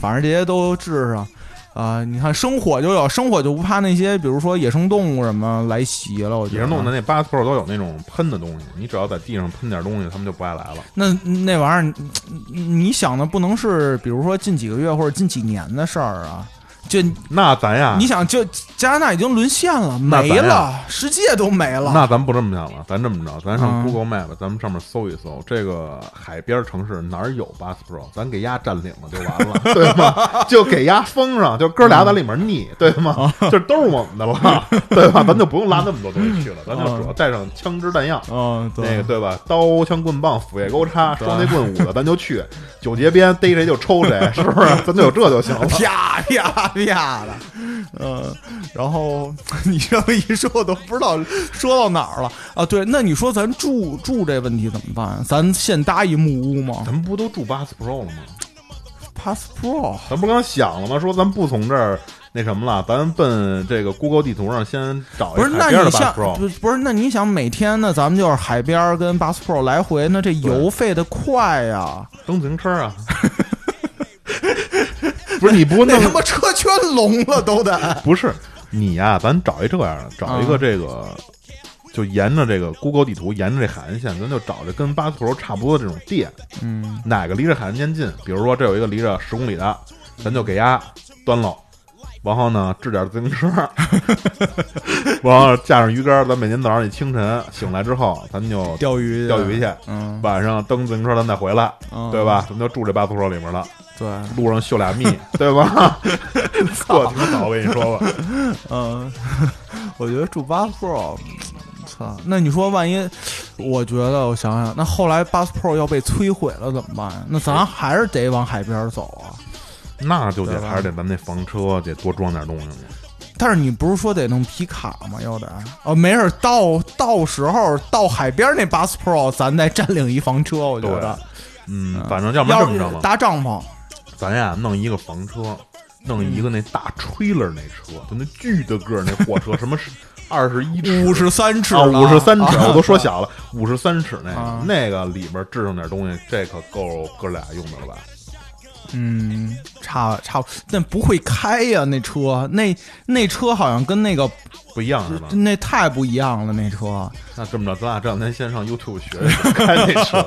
Speaker 3: 反正这些都治上。啊、你看生火就有，生火就不怕那些，比如说野生动物什么来袭了。我觉
Speaker 2: 野
Speaker 3: 得
Speaker 2: 生动物的那八 pro 都有那种喷的东西，你只要在地上喷点东西，他们就不爱来了。
Speaker 3: 那那玩意儿，你你想的不能是，比如说近几个月或者近几年的事儿啊。就
Speaker 2: 那咱呀，
Speaker 3: 你想，就加拿大已经沦陷了，
Speaker 2: 啊那
Speaker 3: 没
Speaker 2: 咱呀
Speaker 3: 了，世界都没了。
Speaker 2: 那咱不这么想了，咱这么着，
Speaker 3: 嗯
Speaker 2: 咱上 Google Map，、咱们上面搜一搜，这个海边城市哪儿有 Bus Pro，咱给丫占领了就完了，嗯对吗？就给丫封上，就哥俩在里面腻，对吗？这都是我们的了，对吧？咱就不用拉那么多东西去了，咱就主要带上枪支弹药。
Speaker 3: 嗯，
Speaker 2: 那个对吧？刀枪棍棒、斧钺钩叉、双截棍、舞的，咱就去。九节鞭逮谁就抽谁，是不是？咱就有这就行了。
Speaker 3: 啪啪啪的，嗯，然后你这么一说，我都不知道说到哪儿了啊。对，那你说咱住住这问题怎么办？咱现搭一木屋吗
Speaker 2: 咱们不都住 Bus Pro 了吗？
Speaker 3: ？Pass Pro
Speaker 2: 咱不刚想了吗？说咱不从这儿那什么了，咱奔这个 Google 地图上先找一
Speaker 3: 不是？那
Speaker 2: 海边
Speaker 3: 你
Speaker 2: 的 Bus
Speaker 3: 像
Speaker 2: Pro。
Speaker 3: 不不是？那你想每天呢？咱们就是海边儿跟 Bus Pro 来回，那这油费的快呀、
Speaker 2: 蹬自行 车啊！不是你不弄
Speaker 3: 那 他妈车圈聋了都得。
Speaker 2: 不是你呀、咱找一这样的，找一
Speaker 3: 啊
Speaker 2: 个这个，就沿着这个 Google 地图，沿着这海岸线，咱就找着跟巴斯图差不多的这种店，
Speaker 3: 嗯，
Speaker 2: 哪个离着海岸线近？比如说这有一个离着十公里的，咱就给它端喽。然后呢，置点自行车， 然后架上鱼竿，咱每天早上你清晨醒来之后，咱们就
Speaker 3: 钓鱼
Speaker 2: 钓鱼去，
Speaker 3: 嗯，
Speaker 2: 晚上蹬自行车咱再回来，
Speaker 3: 嗯
Speaker 2: 对吧？？咱们就住这八宿舍里面了，
Speaker 3: 对，
Speaker 2: 路上秀俩 蜜，对吧？过挺早，我跟你说吧，
Speaker 3: 嗯， 我觉得住巴斯 Pro，操，那你说万一，我觉得我想想，那后来巴斯 Pro 要被摧毁了怎么办呀？那咱还是得往海边儿走啊。
Speaker 2: 那就得
Speaker 3: 对吧
Speaker 2: 还是得咱们那房车得多装点东西了。
Speaker 3: 但是你不是说得弄皮卡吗？又得哦，没事儿，到到时候到海边那 Bus Pro，咱再占领一房车，我觉得。
Speaker 2: 嗯，
Speaker 3: 嗯
Speaker 2: 反正要不然
Speaker 3: 要
Speaker 2: 这么着吧，
Speaker 3: 搭帐篷，
Speaker 2: 咱呀弄一个房车，弄一
Speaker 3: 嗯
Speaker 2: 个那大 trailer 那车，就那巨的个儿那货 车，什么是二十一尺、
Speaker 3: 五十三尺
Speaker 2: 啊，
Speaker 3: 了，
Speaker 2: 五十三尺，
Speaker 3: 啊
Speaker 2: 我 都说小了，五十三尺那
Speaker 3: 啊
Speaker 2: 个那个里边置上点东西，这可够哥俩用的了吧？
Speaker 3: 嗯，差差不，那不会开呀，那车，那那车好像跟那个
Speaker 2: 不一样是吧？
Speaker 3: 那太不一样了，那车。
Speaker 2: 那这么着，咱俩这两天先上 YouTube 学学开那 车。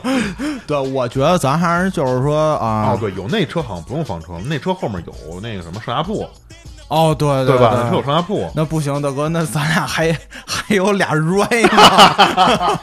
Speaker 3: 对，我觉得咱还是就是说啊
Speaker 2: 哦，，对，有那车好像不用房车，那车后面有那个什么上下铺，
Speaker 3: 哦，对对
Speaker 2: 对吧？那车有
Speaker 3: 对
Speaker 2: 上下铺，
Speaker 3: 那不行，大哥，那咱俩还还有俩 Ray 呢，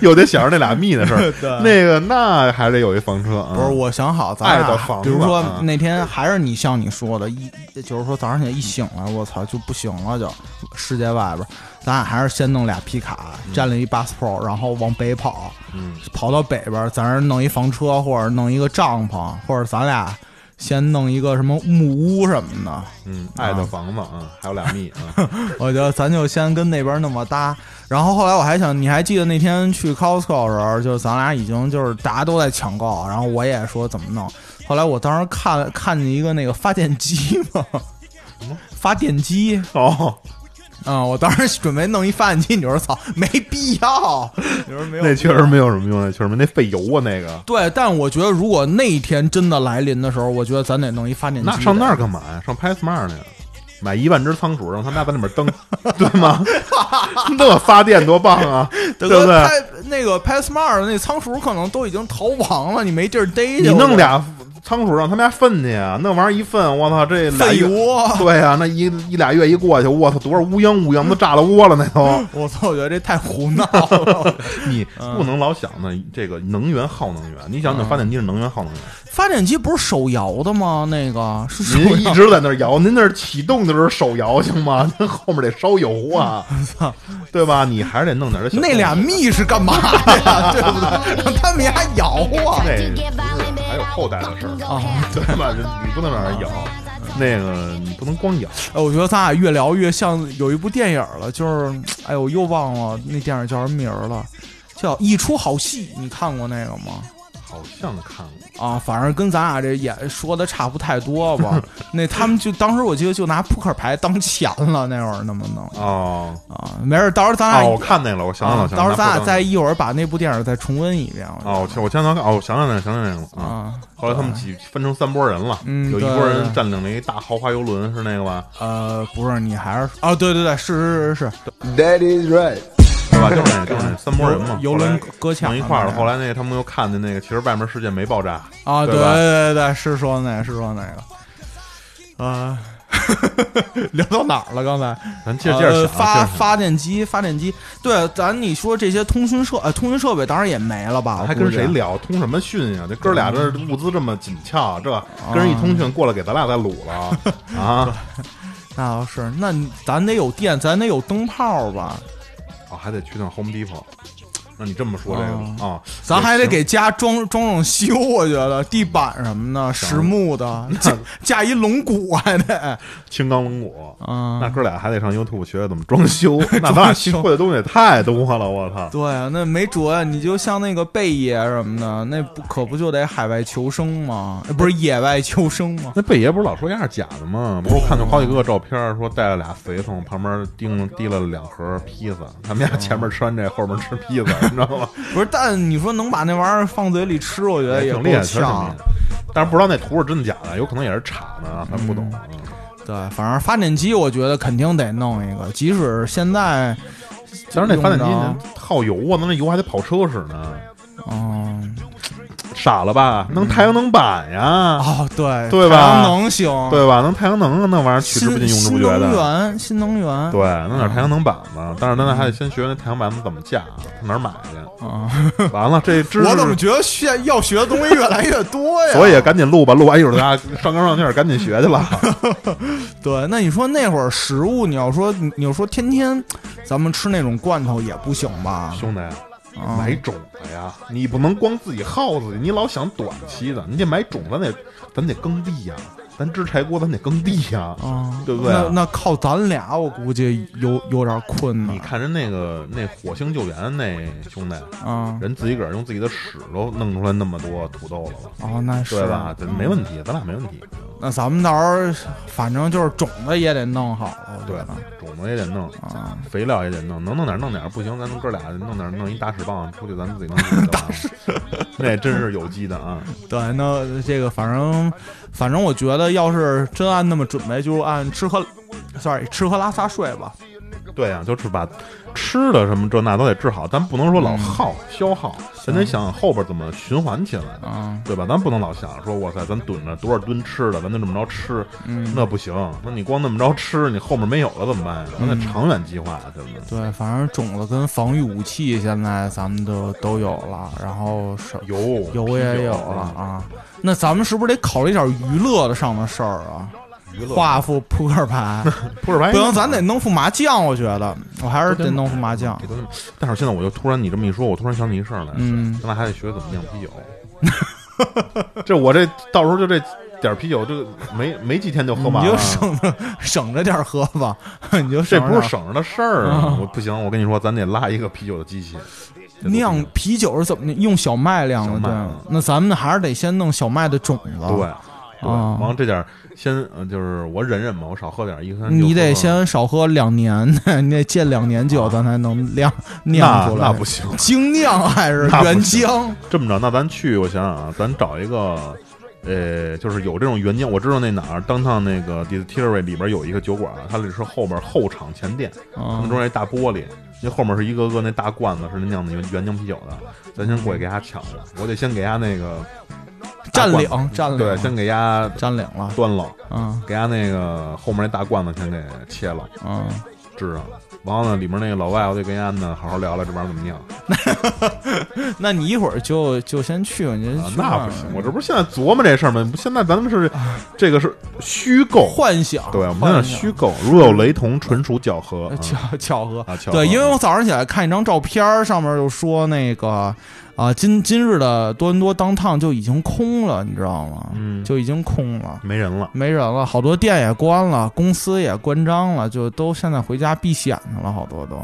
Speaker 2: 又得想着那俩蜜的事
Speaker 3: 对
Speaker 2: 儿。那个那还得有一房车啊。
Speaker 3: 不是，我想好，咱
Speaker 2: 爱
Speaker 3: 俩
Speaker 2: 的房
Speaker 3: 比
Speaker 2: 子
Speaker 3: 如说
Speaker 2: 啊
Speaker 3: 那天还是你像你说的，一一就是说早上起来一醒来，我操就不行了，就世界外边，咱俩还是先弄俩皮卡，占了一 bus pro，然后往北跑，
Speaker 2: 嗯，
Speaker 3: 跑到北边，咱这弄一房车，或者弄一个帐篷，或者咱俩先弄一个什么木屋什么的，
Speaker 2: 嗯，爱的房子啊，还有俩蜜 啊。
Speaker 3: 我觉得咱就先跟那边那么搭。然后后来我还想，你还记得那天去 Costco 的时候，就咱俩已经就是大家都在抢购，然后我也说怎么弄。后来我当时看 看见一个那个发电机嘛， 发电机
Speaker 2: 哦，
Speaker 3: 啊、我当时准备弄一发电机，你说操，没必要，你说没有
Speaker 2: 那确实没有什么用，那确实没那费油啊，那个。
Speaker 3: 对，但我觉得如果那一天真的来临的时候，我觉得咱得弄一发电机。
Speaker 2: 那上那儿干嘛呀？上 PetSmart 去，买一万只仓鼠，让他们家在那边 蹬，对吗？那发电多棒 啊，
Speaker 3: 大
Speaker 2: 对
Speaker 3: 哥
Speaker 2: 不对？
Speaker 3: 拍那个拍 smart 的那仓鼠可能都已经逃亡了，你没地儿逮去。
Speaker 2: 你弄
Speaker 3: 我
Speaker 2: 俩仓鼠让他们家粪去啊，那玩意儿一粪，我操，这俩
Speaker 3: 废
Speaker 2: 月，
Speaker 3: 物。
Speaker 2: 对啊，那一一俩月一过去，我操，多少乌泱乌泱都炸了窝了，那都
Speaker 3: 我操！我觉得这太胡闹了。
Speaker 2: 你
Speaker 3: 嗯
Speaker 2: 不能老想那这个能源耗能源，你想想发电机是能源耗能源，
Speaker 3: 发电机不是手摇的吗？那个是手
Speaker 2: 您一
Speaker 3: 摇。
Speaker 2: 直在那儿摇，您那儿启动的时候手摇行吗？ 您后面得烧油啊，对吧？你还是得弄点儿这 小
Speaker 3: 那俩蜜是干嘛的呀？ 对不对？让他们俩咬啊！
Speaker 2: 那不是还有后代的事儿
Speaker 3: 啊
Speaker 2: 对吧？你不能让人咬，那个你不能光咬。
Speaker 3: 哎，我觉得咱俩越聊越像有一部电影了，就是哎呦，我又忘了那电影叫什么名儿了，叫《一出好戏》，你看过那个吗？
Speaker 2: 好像看过，
Speaker 3: 啊，反正跟咱俩这也说的差不太多吧。那他们就当时我记得就拿扑克牌当钱了，那会儿那么弄
Speaker 2: 哦
Speaker 3: 啊，没事儿，到时候咱俩
Speaker 2: 哦，我看那了，我想想
Speaker 3: 啊
Speaker 2: 了，想
Speaker 3: 到时候
Speaker 2: 想
Speaker 3: 咱俩
Speaker 2: 那
Speaker 3: 再一会儿把那部电影再重温一遍。我觉得
Speaker 2: 哦，我前我前头看哦，我想想那个想想那个了啊。
Speaker 3: 啊，
Speaker 2: 后来他们几分成三拨人了，
Speaker 3: 嗯
Speaker 2: 有一
Speaker 3: 对
Speaker 2: 拨
Speaker 3: 对
Speaker 2: 人
Speaker 3: 对
Speaker 2: 占领了一大豪华游轮，是那个吧？
Speaker 3: 呃，不是你还是哦，对对对，是是是是，
Speaker 4: That is right.
Speaker 2: 对吧？就是那就是那三拨人嘛，
Speaker 3: 游游轮搁浅
Speaker 2: 弄一块儿了。
Speaker 3: 了
Speaker 2: 后来那个他们又看见那个，其实外面世界没爆炸
Speaker 3: 啊，对
Speaker 2: 对吧
Speaker 3: 对对，是说那个，是说那个，啊， 聊到哪儿了？刚才
Speaker 2: 咱接着接着
Speaker 3: 呃
Speaker 2: 想，
Speaker 3: 发
Speaker 2: 啊接着想
Speaker 3: 发电机，发电机，对，咱你说这些通讯设呃通讯设备当然也没了吧？我
Speaker 2: 还
Speaker 3: 估
Speaker 2: 跟
Speaker 3: 计
Speaker 2: 谁？聊？通什么讯呀、这哥俩这物资这么紧俏，这跟人一通讯过来给咱俩再撸 了啊！
Speaker 3: 那倒啊是，那你咱得有电，咱得有灯泡吧？
Speaker 2: 哦，还得去趟 Home Depot。那你这么说这个啊，
Speaker 3: 咱
Speaker 2: 也
Speaker 3: 还得
Speaker 2: 行
Speaker 3: 给家装装上修，我觉得地板什么的，实木 的，架架一龙骨还得，
Speaker 2: 青钢龙骨。
Speaker 3: 嗯，
Speaker 2: 那哥俩还得上 YouTube 学怎么装修，那咱俩
Speaker 3: 装修
Speaker 2: 会的东西也太多了，我操！
Speaker 3: 对啊，那没辙呀。你就像那个贝爷什么的，那不可不就得海外求生吗？
Speaker 2: 哎
Speaker 3: 呃不是野外求生 吗？
Speaker 2: 那贝爷不是老说丫是假的吗？不是我看到好几个照片，说带了俩随从，旁边叮提了两盒披萨，他们家前面吃完这，后面吃披萨，你知道吗？
Speaker 3: 不是，但你说能把那玩意儿放嘴里吃，我觉得也
Speaker 2: 哎挺
Speaker 3: 够
Speaker 2: 厉害，确实挺厉害
Speaker 3: 呛。。啊
Speaker 2: 但是不知道那图是真的假的，有可能也是插的啊，咱不懂。嗯
Speaker 3: 对，反正发电机我觉得肯定得弄一个，即使现在，
Speaker 2: 但是那发电机
Speaker 3: 用不着
Speaker 2: 那耗油啊，那那油还得跑车使呢，
Speaker 3: 嗯，
Speaker 2: 傻了吧？能太阳能板呀，
Speaker 3: 哦，对，
Speaker 2: 啊对
Speaker 3: 太阳
Speaker 2: 吧
Speaker 3: 能行，
Speaker 2: 对吧？能太阳能啊，那玩意儿取之不尽，用之
Speaker 3: 哦
Speaker 2: 不
Speaker 3: 新
Speaker 2: 绝
Speaker 3: 能
Speaker 2: 的。
Speaker 3: 源，嗯新能源，
Speaker 2: 对，弄点太阳能板吧，但是咱那还得先学那太阳板怎么架，上哪儿买去？
Speaker 3: 啊，
Speaker 2: 完了，这知
Speaker 3: 我怎么
Speaker 2: 识，
Speaker 3: 觉得学要学的东西越来越多呀？
Speaker 2: 所以赶紧录吧，录完一会儿大家上纲上线儿，赶紧学去了。
Speaker 3: 对，那你说那会儿食物，你要说你要说天天咱们吃那种罐头也不行吧？
Speaker 2: 兄弟，
Speaker 3: 啊
Speaker 2: 买种子呀，你不能光自己耗自己，你老想短期的，你得买种，咱得咱得耕地呀，咱支柴锅咱得耕地呀，
Speaker 3: 啊，
Speaker 2: 对不对？
Speaker 3: 那那靠咱俩，我估计有有点困难
Speaker 2: 你看人那个那火星救援那兄弟，
Speaker 3: 啊。
Speaker 2: 人自己个儿用自己的屎都弄出来那么多土豆了吧，
Speaker 3: 哦，那是
Speaker 2: 对吧？这没问题，咱俩没问题。
Speaker 3: 那咱们到时候反正就是种子也得弄好了，我觉
Speaker 2: 对
Speaker 3: 得，
Speaker 2: 种子也得弄，
Speaker 3: 啊，
Speaker 2: 肥料也得弄，能弄点儿弄点儿，不行咱们哥俩弄点儿弄一打屎棒出去，咱们自己弄自 己的啊。那真是有机的啊！
Speaker 3: 对，那这个反正反正我觉得，要是真按那么准备，就按吃喝，sorry，吃喝拉撒睡吧。
Speaker 2: 对呀、就是把吃的什么这那都得治好，咱不能说
Speaker 3: 嗯
Speaker 2: 老耗、消耗，咱得想想后边怎么循环起来，
Speaker 3: 啊，
Speaker 2: 对吧？咱不能老想说，哇塞，咱囤着多少吨吃的，咱就这么着吃，
Speaker 3: 嗯，
Speaker 2: 那不行。那你光那么着吃，你后面没有了怎么办呀？咱得长远计划呀，对不对？
Speaker 3: 对，反正种子跟防御武器现在咱们都都有了，然后是
Speaker 2: 油
Speaker 3: 油也有了，
Speaker 2: 嗯
Speaker 3: 啊。那咱们是不是得考虑点娱乐的上的事儿啊？
Speaker 2: 啤酒啊娱乐哎
Speaker 3: 画副扑克 牌，
Speaker 2: 扑克牌
Speaker 3: 不行，咱得弄副麻将。我觉得我还是得弄副麻 将。
Speaker 2: 都那么。但是现在我就突然你这么一说，我突然想起一事儿来，
Speaker 3: 嗯
Speaker 2: 咱俩还得学怎么酿啤酒。 这我这到时候就这点儿啤酒，就没没几天就喝
Speaker 3: 你
Speaker 2: 完
Speaker 3: 就
Speaker 2: 了。
Speaker 3: 省着省着点儿喝吧， 你就
Speaker 2: 这
Speaker 3: 省着
Speaker 2: 不
Speaker 3: 点
Speaker 2: 是
Speaker 3: 儿
Speaker 2: 省着的事儿啊
Speaker 3: 啊！
Speaker 2: 我不行，我跟你说，咱得拉一个啤酒的机器，这都不行
Speaker 3: 酿啤酒是怎么用小麦酿
Speaker 2: 小
Speaker 3: 的？
Speaker 2: 麦
Speaker 3: 对，那咱们还是得先弄小麦的种子。
Speaker 2: 对，对，
Speaker 3: 啊
Speaker 2: 完了这点儿先呃就是我忍忍吧，我少喝点儿，一喝啊
Speaker 3: 你得先少喝两年， 你得戒两年酒，咱才能酿酿
Speaker 2: 那
Speaker 3: 出来。
Speaker 2: 那不行，
Speaker 3: 精酿还是
Speaker 2: 那不
Speaker 3: 原
Speaker 2: 行
Speaker 3: 浆？
Speaker 2: 这么着，那咱去，我想想啊，咱找一个。呃，就是有这种原浆，我知道那哪儿，当趟那个 distillery 里边有一个酒馆，它里是后边后厂前店，他
Speaker 3: 嗯
Speaker 2: 们中间一大玻璃，那后面是一个个那大罐子，是那酿的原原浆啤酒的。咱先过去给他抢了，我得先给他那个大
Speaker 3: 占
Speaker 2: 罐
Speaker 3: 领
Speaker 2: 子，
Speaker 3: 占领，
Speaker 2: 对，先给他
Speaker 3: 占领了。
Speaker 2: 端了，
Speaker 3: 嗯
Speaker 2: 给他那个后面那大罐子先给切了，
Speaker 3: 嗯，
Speaker 2: 支上。完了呢，里面那个老外，我得跟安呢好好聊聊这玩意儿怎么酿啊！
Speaker 3: 那你一会儿就就先去，你先去那
Speaker 2: 啊那
Speaker 3: 儿
Speaker 2: 不行，我这不是现在琢磨这事儿吗？不，现在咱们是
Speaker 3: 啊
Speaker 2: 这个是虚构，
Speaker 3: 幻想，
Speaker 2: 对，我们现在
Speaker 3: 幻
Speaker 2: 是
Speaker 3: 想
Speaker 2: 虚构，如有雷同，纯属巧合
Speaker 3: 呃
Speaker 2: 啊
Speaker 3: 巧巧合。
Speaker 2: 啊！巧合
Speaker 3: 对，因为我早上起来看一张照片儿，上面就说那个啊、今今日的多伦多当趟就已经空了，你知道吗？
Speaker 2: 嗯
Speaker 3: 就已经空了。
Speaker 2: 没人了，
Speaker 3: 没人了，好多店也关了，公司也关张了，就都现在回家避险去了，好多都。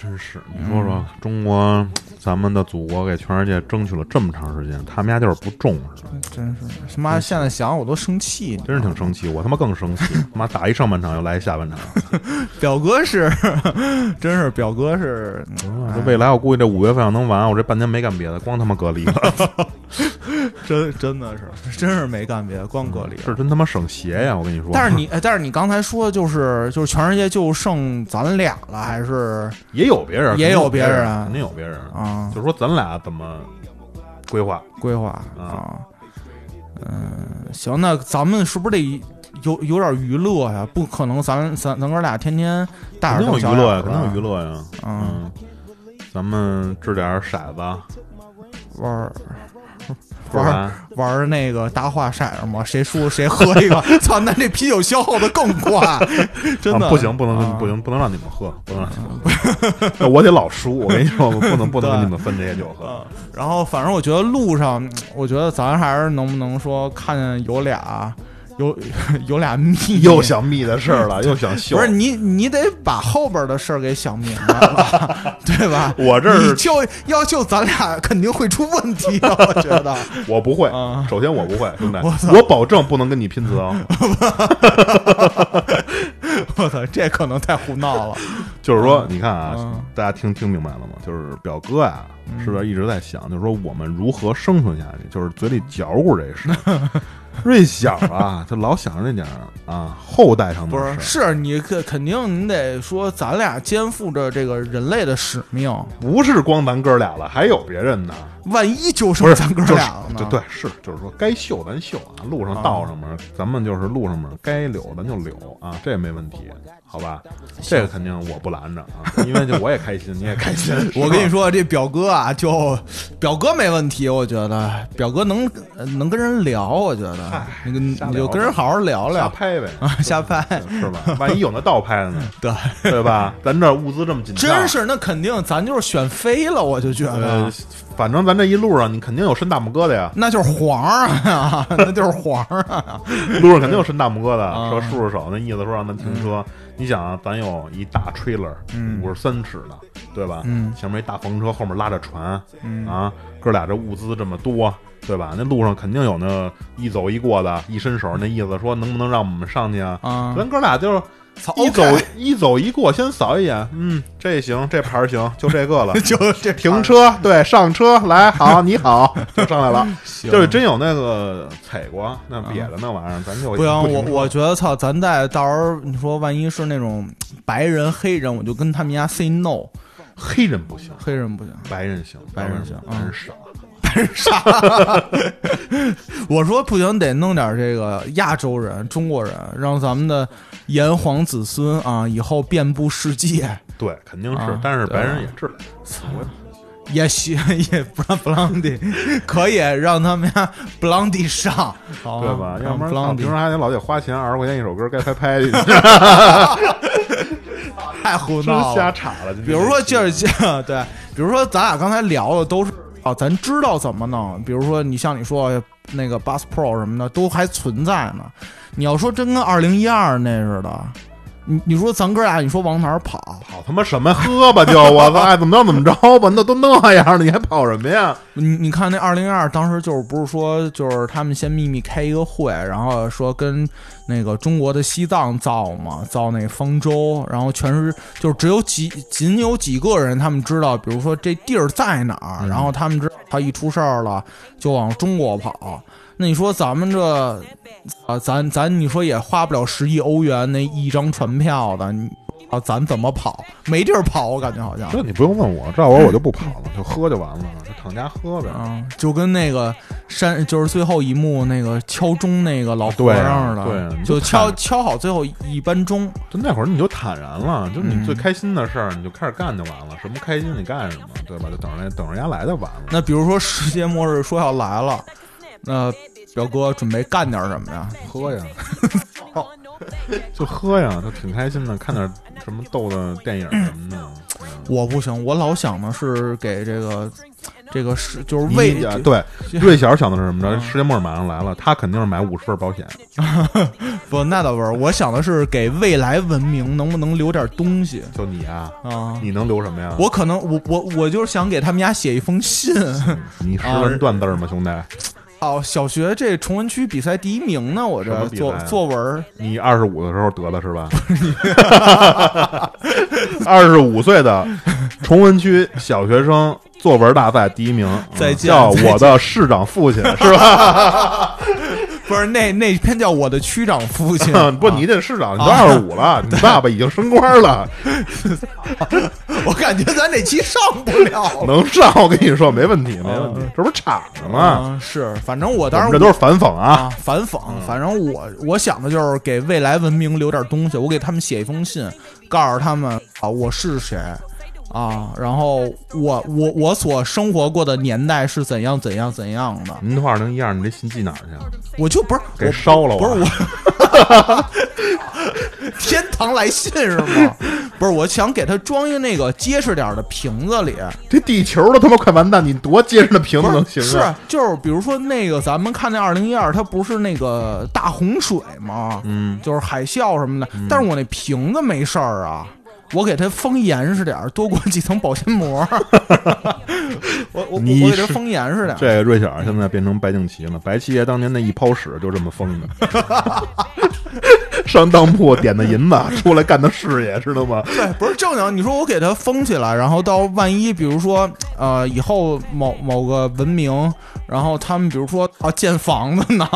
Speaker 2: 真是你说
Speaker 3: 嗯
Speaker 2: 说，中国咱们的祖国给全世界争取了这么长时间，他们家就是不重视，
Speaker 3: 真是他妈！现在想我都生气。
Speaker 2: 真是挺生气，我他妈更生 气，妈打一上半场又来一下半场，
Speaker 3: 表哥是， 真是表哥是，嗯
Speaker 2: 啊这未来我估计这五月份要能完，我这半年没干别的，光他妈隔离了，
Speaker 3: 真真的是，真是没干别的，光隔离了。
Speaker 2: 是真他妈省鞋呀！我跟你说，
Speaker 3: 嗯但是你，哎但是你刚才说的就是，就是全世界就剩咱俩了，还是
Speaker 2: 也有别人，
Speaker 3: 也有
Speaker 2: 肯定
Speaker 3: 别人啊
Speaker 2: 肯定有别人。
Speaker 3: 啊、
Speaker 2: 就是说咱俩怎么规划？
Speaker 3: 规划啊？嗯，行，那咱们是不是得有有点娱乐呀？不可能咱，咱咱哥俩天天大
Speaker 2: 肯
Speaker 3: 眼瞪
Speaker 2: 定有娱
Speaker 3: 小
Speaker 2: 乐呀，
Speaker 3: 眼
Speaker 2: 肯定有娱乐呀。
Speaker 3: 嗯
Speaker 2: 嗯，咱们掷点儿骰子，
Speaker 3: 玩儿
Speaker 2: 不然
Speaker 3: 玩儿那个大话骰子嘛，谁输谁喝一 个。操，那这啤酒消耗的更快，真的、
Speaker 2: 啊不行，不能
Speaker 3: 啊
Speaker 2: 不行，不能让你们喝，不能让你们 喝。那我得老输，我跟你说，我不能不能跟你们分这些酒喝
Speaker 3: 嗯。，然后反正我觉得路上，我觉得咱还是能不能说看见有俩有 有俩蜜，
Speaker 2: 又想密的事儿了，又想秀
Speaker 3: 不。是你你得把后边的事儿给想明白 了，对吧？
Speaker 2: 我这
Speaker 3: 你
Speaker 2: 是
Speaker 3: 就要就咱俩肯定会出问题的，我觉得。
Speaker 2: 我不会
Speaker 3: 啊，
Speaker 2: 首先我不会，兄弟
Speaker 3: 我操，
Speaker 2: 我保证不能跟你拼词啊。
Speaker 3: 我操，这可能太胡闹了。
Speaker 2: 就是说，你看啊
Speaker 3: 嗯，
Speaker 2: 大家听听明白了吗？就是表哥呀，是不是一直在想，就是说我们如何生存下去？就是嘴里嚼咕这事儿， 瑞小 啊，就老想着那点儿啊后代上的
Speaker 3: 不
Speaker 2: 事儿
Speaker 3: 是，。是你肯肯定你得说，咱俩肩负着这个人类的使命。
Speaker 2: 不是光咱哥俩了，还有别人呢。
Speaker 3: 万一就
Speaker 2: 不
Speaker 3: 剩
Speaker 2: 是
Speaker 3: 咱哥
Speaker 2: 就是
Speaker 3: 俩了呢？
Speaker 2: 就对， 是就是说该秀咱秀啊，路上道上面、咱们就是路上面该柳咱就柳啊，这也没问题，好吧？这个肯定我不拦着啊，因为就我也开心，你也开心。
Speaker 3: 我跟你，说，这表哥啊，就表哥没问题，我觉得表哥能能跟人聊，我觉得那个你
Speaker 2: 瞎聊
Speaker 3: 就跟人好好聊
Speaker 2: 瞎
Speaker 3: 聊
Speaker 2: 拍呗，
Speaker 3: 啊， 瞎拍。
Speaker 2: 是吧？ 万一有那倒拍的呢，
Speaker 3: 对，
Speaker 2: 对吧？咱这物资这么紧张，
Speaker 3: 真是啊那肯定，咱就是选飞了，我就觉
Speaker 2: 呃
Speaker 3: 得，
Speaker 2: 反正咱这一路上你肯定有伸大拇哥 的呀，
Speaker 3: 那就是黄啊， 那就是黄啊，
Speaker 2: 路上肯定有伸大拇哥的，
Speaker 3: 啊嗯
Speaker 2: 说竖着手，那意思说让咱停车。你想啊，咱有一大 trailer，五十三尺的，对吧？
Speaker 3: 嗯
Speaker 2: 前面一大房车，后面拉着船，啊，哥俩这物资这么多，对吧？那路上肯定有那一走一过的，一伸手，那意思说能不能让我们上去啊？
Speaker 3: 啊，
Speaker 2: 咱哥俩就是
Speaker 3: 操
Speaker 2: 一
Speaker 3: OK
Speaker 2: 走一走一过，先扫一眼，嗯，这行，这牌儿行，就这 个了。
Speaker 3: 就这
Speaker 2: 停车，对，上车来，好，你好，就上来了。
Speaker 3: 行
Speaker 2: 就是真有那个踩过那瘪的那玩意儿，咱就
Speaker 3: 不行，我
Speaker 2: 停车
Speaker 3: 我觉得操，咱再到时候你说万一是那种白人黑人，我就跟他们家 say no，
Speaker 2: 黑人不行，
Speaker 3: 黑人不行，
Speaker 2: 白人行，
Speaker 3: 白人行嗯
Speaker 2: 白人傻。
Speaker 3: 我说不行，得弄点这个亚洲人、中国人，让咱们的炎黄子孙啊，以后遍布世界，
Speaker 2: 对，肯定是
Speaker 3: 啊，
Speaker 2: 但是白人
Speaker 3: 对
Speaker 2: 也治。
Speaker 3: 也许 也不让布朗迪，可以让他们家布朗迪上，好
Speaker 2: 对吧？要不
Speaker 3: 布
Speaker 2: 然操
Speaker 3: 朗迪
Speaker 2: 平时还得老得花钱，二十块钱一首歌，该 拍拍去，
Speaker 3: 太胡
Speaker 2: 真
Speaker 3: 闹
Speaker 2: 瞎
Speaker 3: 了。
Speaker 2: 岔了。
Speaker 3: 比如说，就是对，比如说咱俩刚才聊的都是啊，咱知道怎么弄。比如说，你像你说那个 Bus Pro 什么的，都还存在呢。你要说真跟二零一二那似的，你你说咱哥俩，你说往哪儿跑？
Speaker 2: 跑他妈什么喝吧，就我操，爱哎怎么着怎么着吧，那都那样了，你还跑什么呀？
Speaker 3: 你你看那二零二当时就是不是说就是他们先秘密开一个会，然后说跟那个中国的西藏造嘛，造那方舟，然后全是就是只有几仅有几个人他们知道，比如说这地儿在哪儿，然后他们知道他一出事儿了就往中国跑。那你说咱们这啊，咱咱你说也花不了十亿欧元那一张船票的，你啊咱怎么跑？没地儿跑，我感觉好像。
Speaker 2: 啊这你不用问我，这会儿我就不跑了，就喝就完了，就躺家喝呗。
Speaker 3: 啊，就跟那个山，就是最后一幕那个敲钟那个老和尚似的，
Speaker 2: 对啊对啊
Speaker 3: 就敲
Speaker 2: 你就看
Speaker 3: 敲好最后一班钟，
Speaker 2: 就那会儿你就坦然了，就你
Speaker 3: 嗯
Speaker 2: 最开心的事儿你就开始干就完了，什么开心你干什么，对吧？就等着那等着人家来就完了。
Speaker 3: 那比如说世界末日说要来了，那表哥准备干点什么呀？
Speaker 2: 喝呀， 就喝呀，就挺开心的，看点什么逗的电影什么 的。
Speaker 3: 我不行，我老想的是给这个这个是就是为
Speaker 2: 你啊 对瑞小想的是什么
Speaker 3: 啊
Speaker 2: 着？世界末日马上来了，他肯定是买五十份保险。
Speaker 3: 不那倒不是，我想的是给未来文明能不能留点东西
Speaker 2: 就你啊，
Speaker 3: 啊？
Speaker 2: 你能留什么呀？
Speaker 3: 我可能我我我就是想给他们家写一封信。
Speaker 2: 你识
Speaker 3: 啊
Speaker 2: 文断字儿吗，兄弟？
Speaker 3: 哦，小学这崇文区比赛第一名呢，我
Speaker 2: 什么
Speaker 3: 这
Speaker 2: 比赛
Speaker 3: 作
Speaker 2: 啊
Speaker 3: 作文儿
Speaker 2: 你二十五的时候得的是吧？ 二十五岁的崇文区小学生作文大赛第一 名，嗯
Speaker 3: 再见
Speaker 2: 叫
Speaker 3: 再见
Speaker 2: 我的市长父亲是 吧？，
Speaker 3: 不是那那篇叫我的区长啊父亲
Speaker 2: 啊不，你这市长你都二十五 了，你爸爸已经升官了，
Speaker 3: 我感觉咱这期上不了了。
Speaker 2: 能上我跟你说没问题，没问题
Speaker 3: 啊，
Speaker 2: 这不是敞着吗？
Speaker 3: 嗯，是，反正我
Speaker 2: 啊我
Speaker 3: 当
Speaker 2: 们
Speaker 3: 时
Speaker 2: 这都是反讽啊！
Speaker 3: 啊反讽，反正我我想的就是给未来文明留点东西，我给他们写一封信，告诉他们啊我是谁啊，然后我我我所生活过的年代是怎样怎样怎样的，
Speaker 2: 您都二零一二，你这信寄哪儿去啊？
Speaker 3: 我就不是
Speaker 2: 嗯给烧了
Speaker 3: 我，不是
Speaker 2: 我
Speaker 3: 我。 天堂来信是吗？不是，我想给他装一个那个结实点儿的瓶子里，
Speaker 2: 这地球都他妈快完蛋，你多结实的瓶子能
Speaker 3: 不是
Speaker 2: 行
Speaker 3: 是
Speaker 2: 啊？
Speaker 3: 就是比如说那个咱们看那二零一二，它不是那个大洪水吗？
Speaker 2: 嗯，
Speaker 3: 就是海啸什么的，但是我那瓶子没事儿啊。我给它封严实点儿，多裹几层保鲜膜。 我我我
Speaker 2: 你
Speaker 3: 我给它
Speaker 2: 是
Speaker 3: 封严实点儿，
Speaker 2: 这个瑞小现 在变成白敬奇了，白七爷当年那一泡屎就这么疯的，上当铺点的银子，出来干的事业，知 道吗？
Speaker 3: 对，哎不是正经。你说我给它封起来，然后到万一，比如说，呃，以后某某个文明，然后他们比如说啊建房子呢，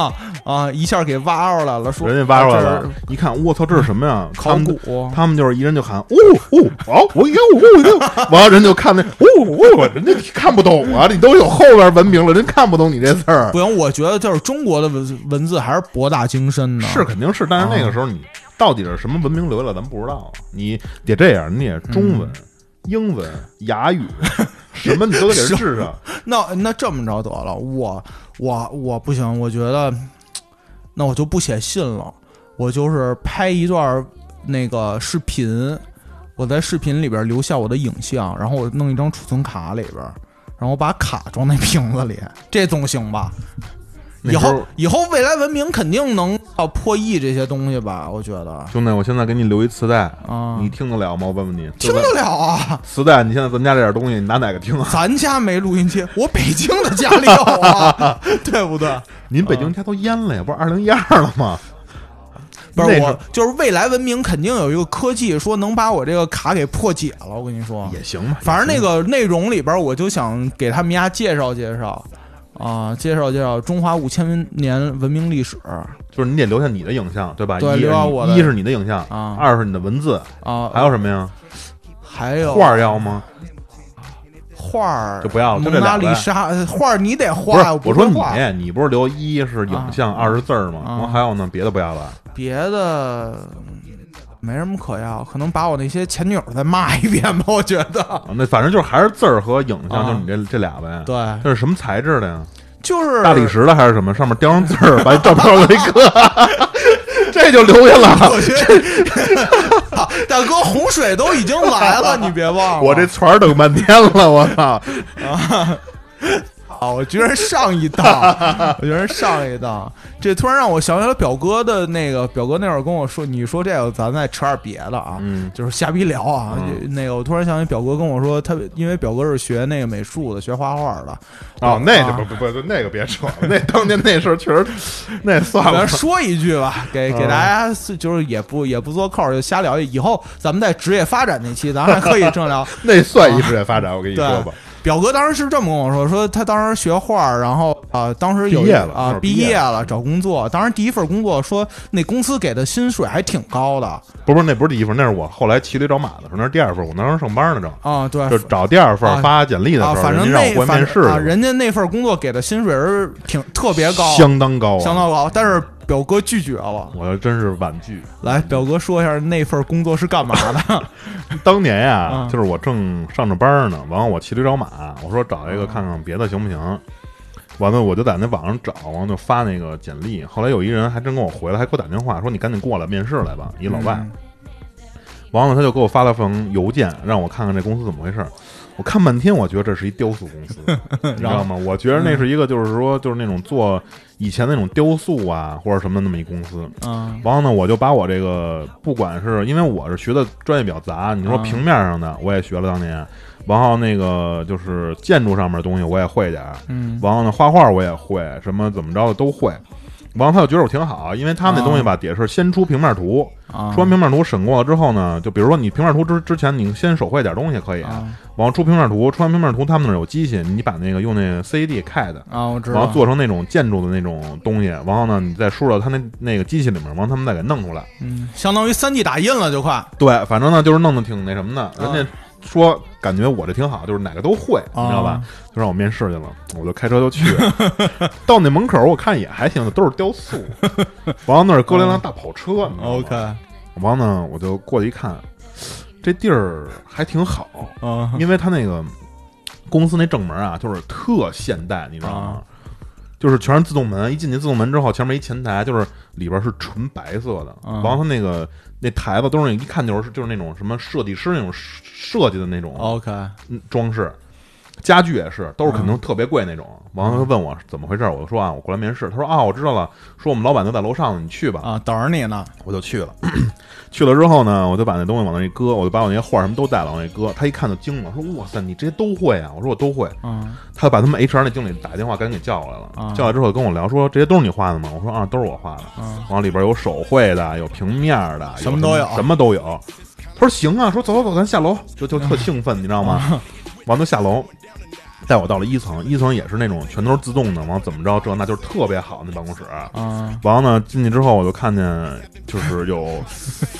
Speaker 3: 啊一下给挖出来了，说
Speaker 2: 人家挖出来
Speaker 3: 啊这
Speaker 2: 了
Speaker 3: 是，
Speaker 2: 一看，我操，这是什么呀？
Speaker 3: 考
Speaker 2: 他们
Speaker 3: 古
Speaker 2: 他们就是一人就喊，哦哦，好，我一看，哦 哦，完了人就看那，哦哦，人家看不懂啊，你都有后边文明了，人看不懂你这字儿
Speaker 3: 不，行，我觉得就是中国的文字文字还是博大精深的，
Speaker 2: 是肯定是，但是那个时候你到底是什么文明留下来，咱们不知道，你得这样，你得中文、
Speaker 3: 嗯
Speaker 2: 英文、 雅语，什么你都得给人治 上，
Speaker 3: 那那这么着得了，我我我不行，我觉得那我就不写信了，我就是拍一段那个视频，我在视频里边留下我的影像，然后我弄一张储存卡里边，然后我把卡装在瓶子里，这总行吧？
Speaker 2: 那
Speaker 3: 以
Speaker 2: 时候
Speaker 3: 后以后未来文明肯定能到破译这些东西吧？我觉得
Speaker 2: 兄弟，我现在给你留一磁带，
Speaker 3: 啊
Speaker 2: 你听得了吗？我问问你，
Speaker 3: 听得了啊。
Speaker 2: 磁带，你现在咱们家这点东西，你拿哪个听啊？
Speaker 3: 咱家没录音机，我北京的家里有 啊，对不对？
Speaker 2: 您
Speaker 3: 啊
Speaker 2: 北京家都淹了呀，不是二零一二了吗？
Speaker 3: 不是
Speaker 2: 那
Speaker 3: 我
Speaker 2: 是，
Speaker 3: 就是未来文明肯定有一个科技说能把我这个卡给破解了。我跟你说，
Speaker 2: 也行吧，
Speaker 3: 啊反正那
Speaker 2: 个
Speaker 3: 个内容里边，我就想给他们家介绍介绍，啊，介绍介绍中华五千年文明历史啊
Speaker 2: 就是你得留下你的影像，对吧？
Speaker 3: 对
Speaker 2: 一是
Speaker 3: 留下
Speaker 2: 你
Speaker 3: 我的
Speaker 2: 一是你的影像，
Speaker 3: 啊
Speaker 2: 二是你的文字，还
Speaker 3: 啊，
Speaker 2: 有什么呀？
Speaker 3: 还有
Speaker 2: 画儿要吗？
Speaker 3: 画儿
Speaker 2: 就不要了就
Speaker 3: 蒙
Speaker 2: 这
Speaker 3: 娜
Speaker 2: 俩呗
Speaker 3: 丽莎呃画儿你得
Speaker 2: 不是
Speaker 3: 画，，
Speaker 2: 我
Speaker 3: 不
Speaker 2: 说
Speaker 3: 会画
Speaker 2: 你，你不是留一是影像，
Speaker 3: 啊
Speaker 2: 二是字儿吗？
Speaker 3: 啊
Speaker 2: 完还有呢，别的不要了。
Speaker 3: 别的。没什么可要，可能把我那些前女友再骂一遍吧，我觉得。
Speaker 2: 啊那反正就是还是字儿和影像，
Speaker 3: 啊
Speaker 2: 就你这这俩呗。
Speaker 3: 对，
Speaker 2: 这是什么材质的呀？
Speaker 3: 就是
Speaker 2: 大理石的还是什么？上面雕上字儿，把你照片往里搁， 这就留下了。
Speaker 3: 我觉得， 大哥，洪水都已经来了，你别忘了。
Speaker 2: 我这词儿等半天了，我操！
Speaker 3: 啊，我居然上一 档，我居然上一档，这突然让我想起了表哥的那个表哥那会儿跟我说，你说这个咱再扯点别的啊，
Speaker 2: 嗯
Speaker 3: 就是瞎逼聊啊。
Speaker 2: 嗯
Speaker 3: 那个我突然想起表哥跟我说，他因为表哥是学那个美术的，学画画的，
Speaker 2: 哦，那就
Speaker 3: 啊
Speaker 2: 不不不，那个别扯了，那当年那事儿确实，那算
Speaker 3: 咱
Speaker 2: 了。
Speaker 3: 说一句吧，给给
Speaker 2: 嗯
Speaker 3: 大家是就是也不也不做扣儿，就瞎聊。以后咱们在职业发展那期，咱还可以正聊。
Speaker 2: 那算一职业发展，我跟你
Speaker 3: 对
Speaker 2: 说吧。
Speaker 3: 表哥当时是这么跟我说，说他当时学画儿，然后啊、呃当时有
Speaker 2: 毕业了
Speaker 3: 啊、
Speaker 2: 那会儿毕
Speaker 3: 毕
Speaker 2: 业
Speaker 3: 业了找工作，当时第一份工作说那公司给的薪水还挺高的啊、
Speaker 2: 不是，那不是第一份，那是我后来骑驴找马的时候，那是第二份，我那时候上班呢正，
Speaker 3: 啊对。
Speaker 2: 就找第二份
Speaker 3: 啊
Speaker 2: 发简历的
Speaker 3: 啊，
Speaker 2: 时候，
Speaker 3: 反
Speaker 2: 人家
Speaker 3: 正
Speaker 2: 让我
Speaker 3: 那
Speaker 2: 过来
Speaker 3: 反
Speaker 2: 面试
Speaker 3: 正
Speaker 2: 去
Speaker 3: 啊，
Speaker 2: 了，
Speaker 3: 人家那份工作给的薪水是挺特别高，
Speaker 2: 相当高，啊
Speaker 3: 相当。高，但是表哥拒绝了。
Speaker 2: 我真是婉拒。
Speaker 3: 来，表哥说一下那份工作是干嘛 的？
Speaker 2: 当年呀、
Speaker 3: 嗯
Speaker 2: 就是我正上着班呢，完了我骑驴找马，我说找一个看看别的行不行。完了，我就在那网上找，完了就发那个简历。后来有一人还真跟我回来，还给我打电话说：“你赶紧过来面试来吧，一老外。完了，他就给我发了封邮件，让我看看这公司怎么回事儿。我看半天，我觉得这是一雕塑公司，你知道吗？我觉得那是一个，就是说，就是那种做以前那种雕塑啊或者什么的那么一公司。
Speaker 3: 嗯，
Speaker 2: 完了呢，我就把我这个，不管是因为我是学的专业比较杂，你说
Speaker 3: 嗯
Speaker 2: 平面上的我也学了当年，然后那个就是建筑上面的东西我也会点儿，
Speaker 3: 嗯
Speaker 2: 然后呢画画我也会，什么怎么着的都会。完了他就觉得我挺好，啊因为他们那东西吧，也是先出平面图，
Speaker 3: 啊，
Speaker 2: 出完平面图审过了之后呢，就比如说你平面图之之前，你先手绘点东西可以，
Speaker 3: 啊
Speaker 2: 然后出平面图，出完平面图他们那儿有机器，你把那个用那 CAD CAD，
Speaker 3: 啊，我知
Speaker 2: 然
Speaker 3: 道，
Speaker 2: 后做成那种建筑的那种东西，然后呢你再输到他那那个机器里面，然后他们再给弄出来。
Speaker 3: 嗯，相当于三 D 打印了，就快
Speaker 2: 对，反正呢就是弄得挺那什么的，人家说感觉我这挺好，就是哪个都会，你知道吧
Speaker 3: 啊？
Speaker 2: 就让我面试去了，我就开车就去， 到那门口我看也还行，都是雕塑， 然后那儿搁了一辆大跑车你知道吗
Speaker 3: ，OK，
Speaker 2: 完呢，我就过去一看，这地儿还挺好，
Speaker 3: 嗯
Speaker 2: 因为他那个公司那正门啊，就是特现代，你知道吗？就是全是自动门，一进去自动门之后，前面一前台，就是里边是纯白色的，
Speaker 3: 嗯
Speaker 2: 然后他那个那台子都是
Speaker 3: 哦
Speaker 2: 那一看就是就是那种什么设计师那种设计的那种
Speaker 3: ，OK，啊
Speaker 2: 嗯装饰。家具也是，都是肯定特别贵那种。完了他问我怎么回事，我就说啊，我过来面试。他说啊，我知道了，说我们老板都在楼上，你去吧。
Speaker 3: 啊，等着你呢。
Speaker 2: 我就去了， 去了之后呢，我就把那东西往那一搁，我就把我那些画什么都带了往那一搁。他一看就惊了，说哇塞，你这些都会啊？我说我都会。
Speaker 3: 嗯
Speaker 2: 他把他们 HR 那经理打电话赶紧给叫过来
Speaker 3: 啊
Speaker 2: 了，叫来之后跟我聊说这些都是你画的吗？我说啊，都是我画的。
Speaker 3: 嗯
Speaker 2: 往里边有手绘的，有平面的，
Speaker 3: 什么都有
Speaker 2: 有，什么都有。他说行啊，说走走走，咱下楼，就
Speaker 3: 嗯
Speaker 2: 就特兴奋，你知道
Speaker 3: 啊
Speaker 2: 吗？完都下楼，带我到了一层，一层也是那种全都是自动的，完怎么着这那就是特别好那办公室。
Speaker 3: 嗯
Speaker 2: 完了呢，进去之后我就看见就是有四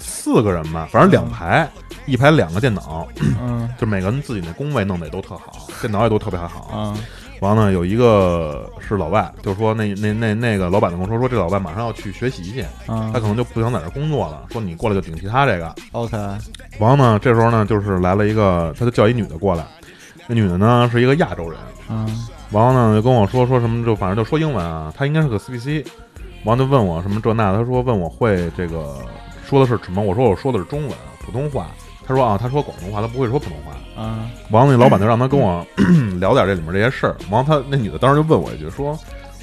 Speaker 2: 四个人吧，反正两排，一排两个电脑，
Speaker 3: 嗯
Speaker 2: 就每个人自己那工位弄得也都特好，电脑也都特别好。
Speaker 3: 嗯
Speaker 2: 完了，有一个是老外，就说那那那那个老板跟我说，说这老外马上要去学习去，他
Speaker 3: 嗯
Speaker 2: 可能就不想在这儿工作了，说你过来就顶替他这个。
Speaker 3: ，OK，
Speaker 2: 完了呢，这时候呢，就是来了一个，他就叫一女的过来，那女的呢是一个亚洲人，
Speaker 3: 嗯
Speaker 2: 完了呢就跟我说说什么，就反正就说英文啊，她应该是个 CPC，完了就问我什么这那的，他说问我会这个说的是什么，我说我说的是中文啊普通话，他说啊，他说广东话，他不会说普通话。
Speaker 3: 嗯
Speaker 2: 完了，那老板就让他跟我 聊点这里面这些事儿。完了，他那女的当时就问我一句，说嗯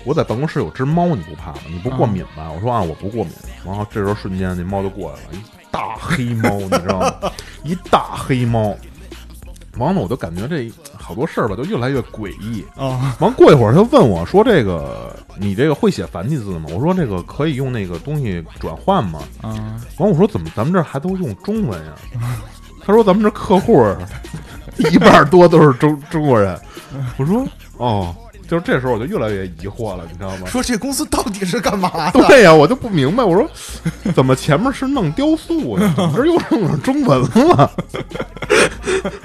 Speaker 2: 我在办公室有只猫，你不怕吗？你不过敏吧？我说啊，我不过敏。然后这时候瞬间那猫就过来了，一大黑猫，你知道吗？一大黑猫。完了，我就感觉这好多事儿吧，就越来越诡异。
Speaker 3: 哦
Speaker 2: 完过一会儿，他就问我说：“这个你这个会写繁体字吗？”我说：“这个可以用那个东西转换吗？”
Speaker 3: 嗯
Speaker 2: 完我说怎么咱们这儿还都用中文呀？他说咱们这客户儿一半儿多都是中中国人。我说哦，就是这时候我就越来越疑惑了，你知道吗？
Speaker 3: 说这公司到底是干嘛的？
Speaker 2: 对呀、我就不明白，我说怎么前面是弄雕塑的，怎么这又弄上中文了？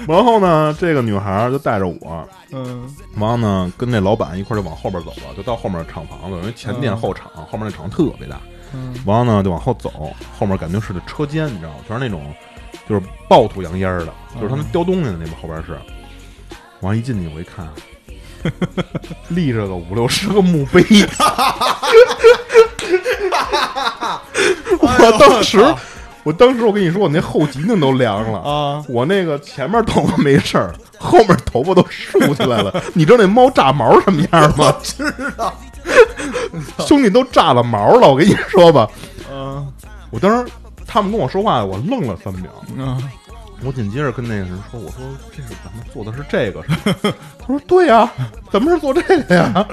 Speaker 2: 然后呢，这个女孩儿就带着我，
Speaker 3: 嗯
Speaker 2: 完后呢跟那老板一块儿就往后边走了，就到后面厂房了，因为前店
Speaker 3: 嗯
Speaker 2: 后厂，后面那厂特别大。
Speaker 3: 嗯
Speaker 2: 完了呢就往后走，后面感觉是个车间，你知道吗？全是那种就是暴土洋烟儿的，
Speaker 3: 嗯
Speaker 2: 就是他们雕东西的那边后边是。完一进去我一看， 立着个五六十个墓 碑，
Speaker 3: 哎
Speaker 2: 我当时
Speaker 3: 哎呦我操，
Speaker 2: 我当时我跟你说，我那后脊梁都凉了。
Speaker 3: 啊，
Speaker 2: 我那个前面头发没事儿， 后面头发都竖起来了。 你知道那猫炸毛什么样吗？
Speaker 3: 知道，
Speaker 2: 兄弟都炸了毛了，我跟你说吧。
Speaker 3: 嗯
Speaker 2: 我当时他们跟我说话，我愣了三秒。
Speaker 3: 嗯
Speaker 2: 我紧接着跟那个人说：“我说这是咱们做的是这个是吧， 他说：“对呀、咱们是做这个呀。”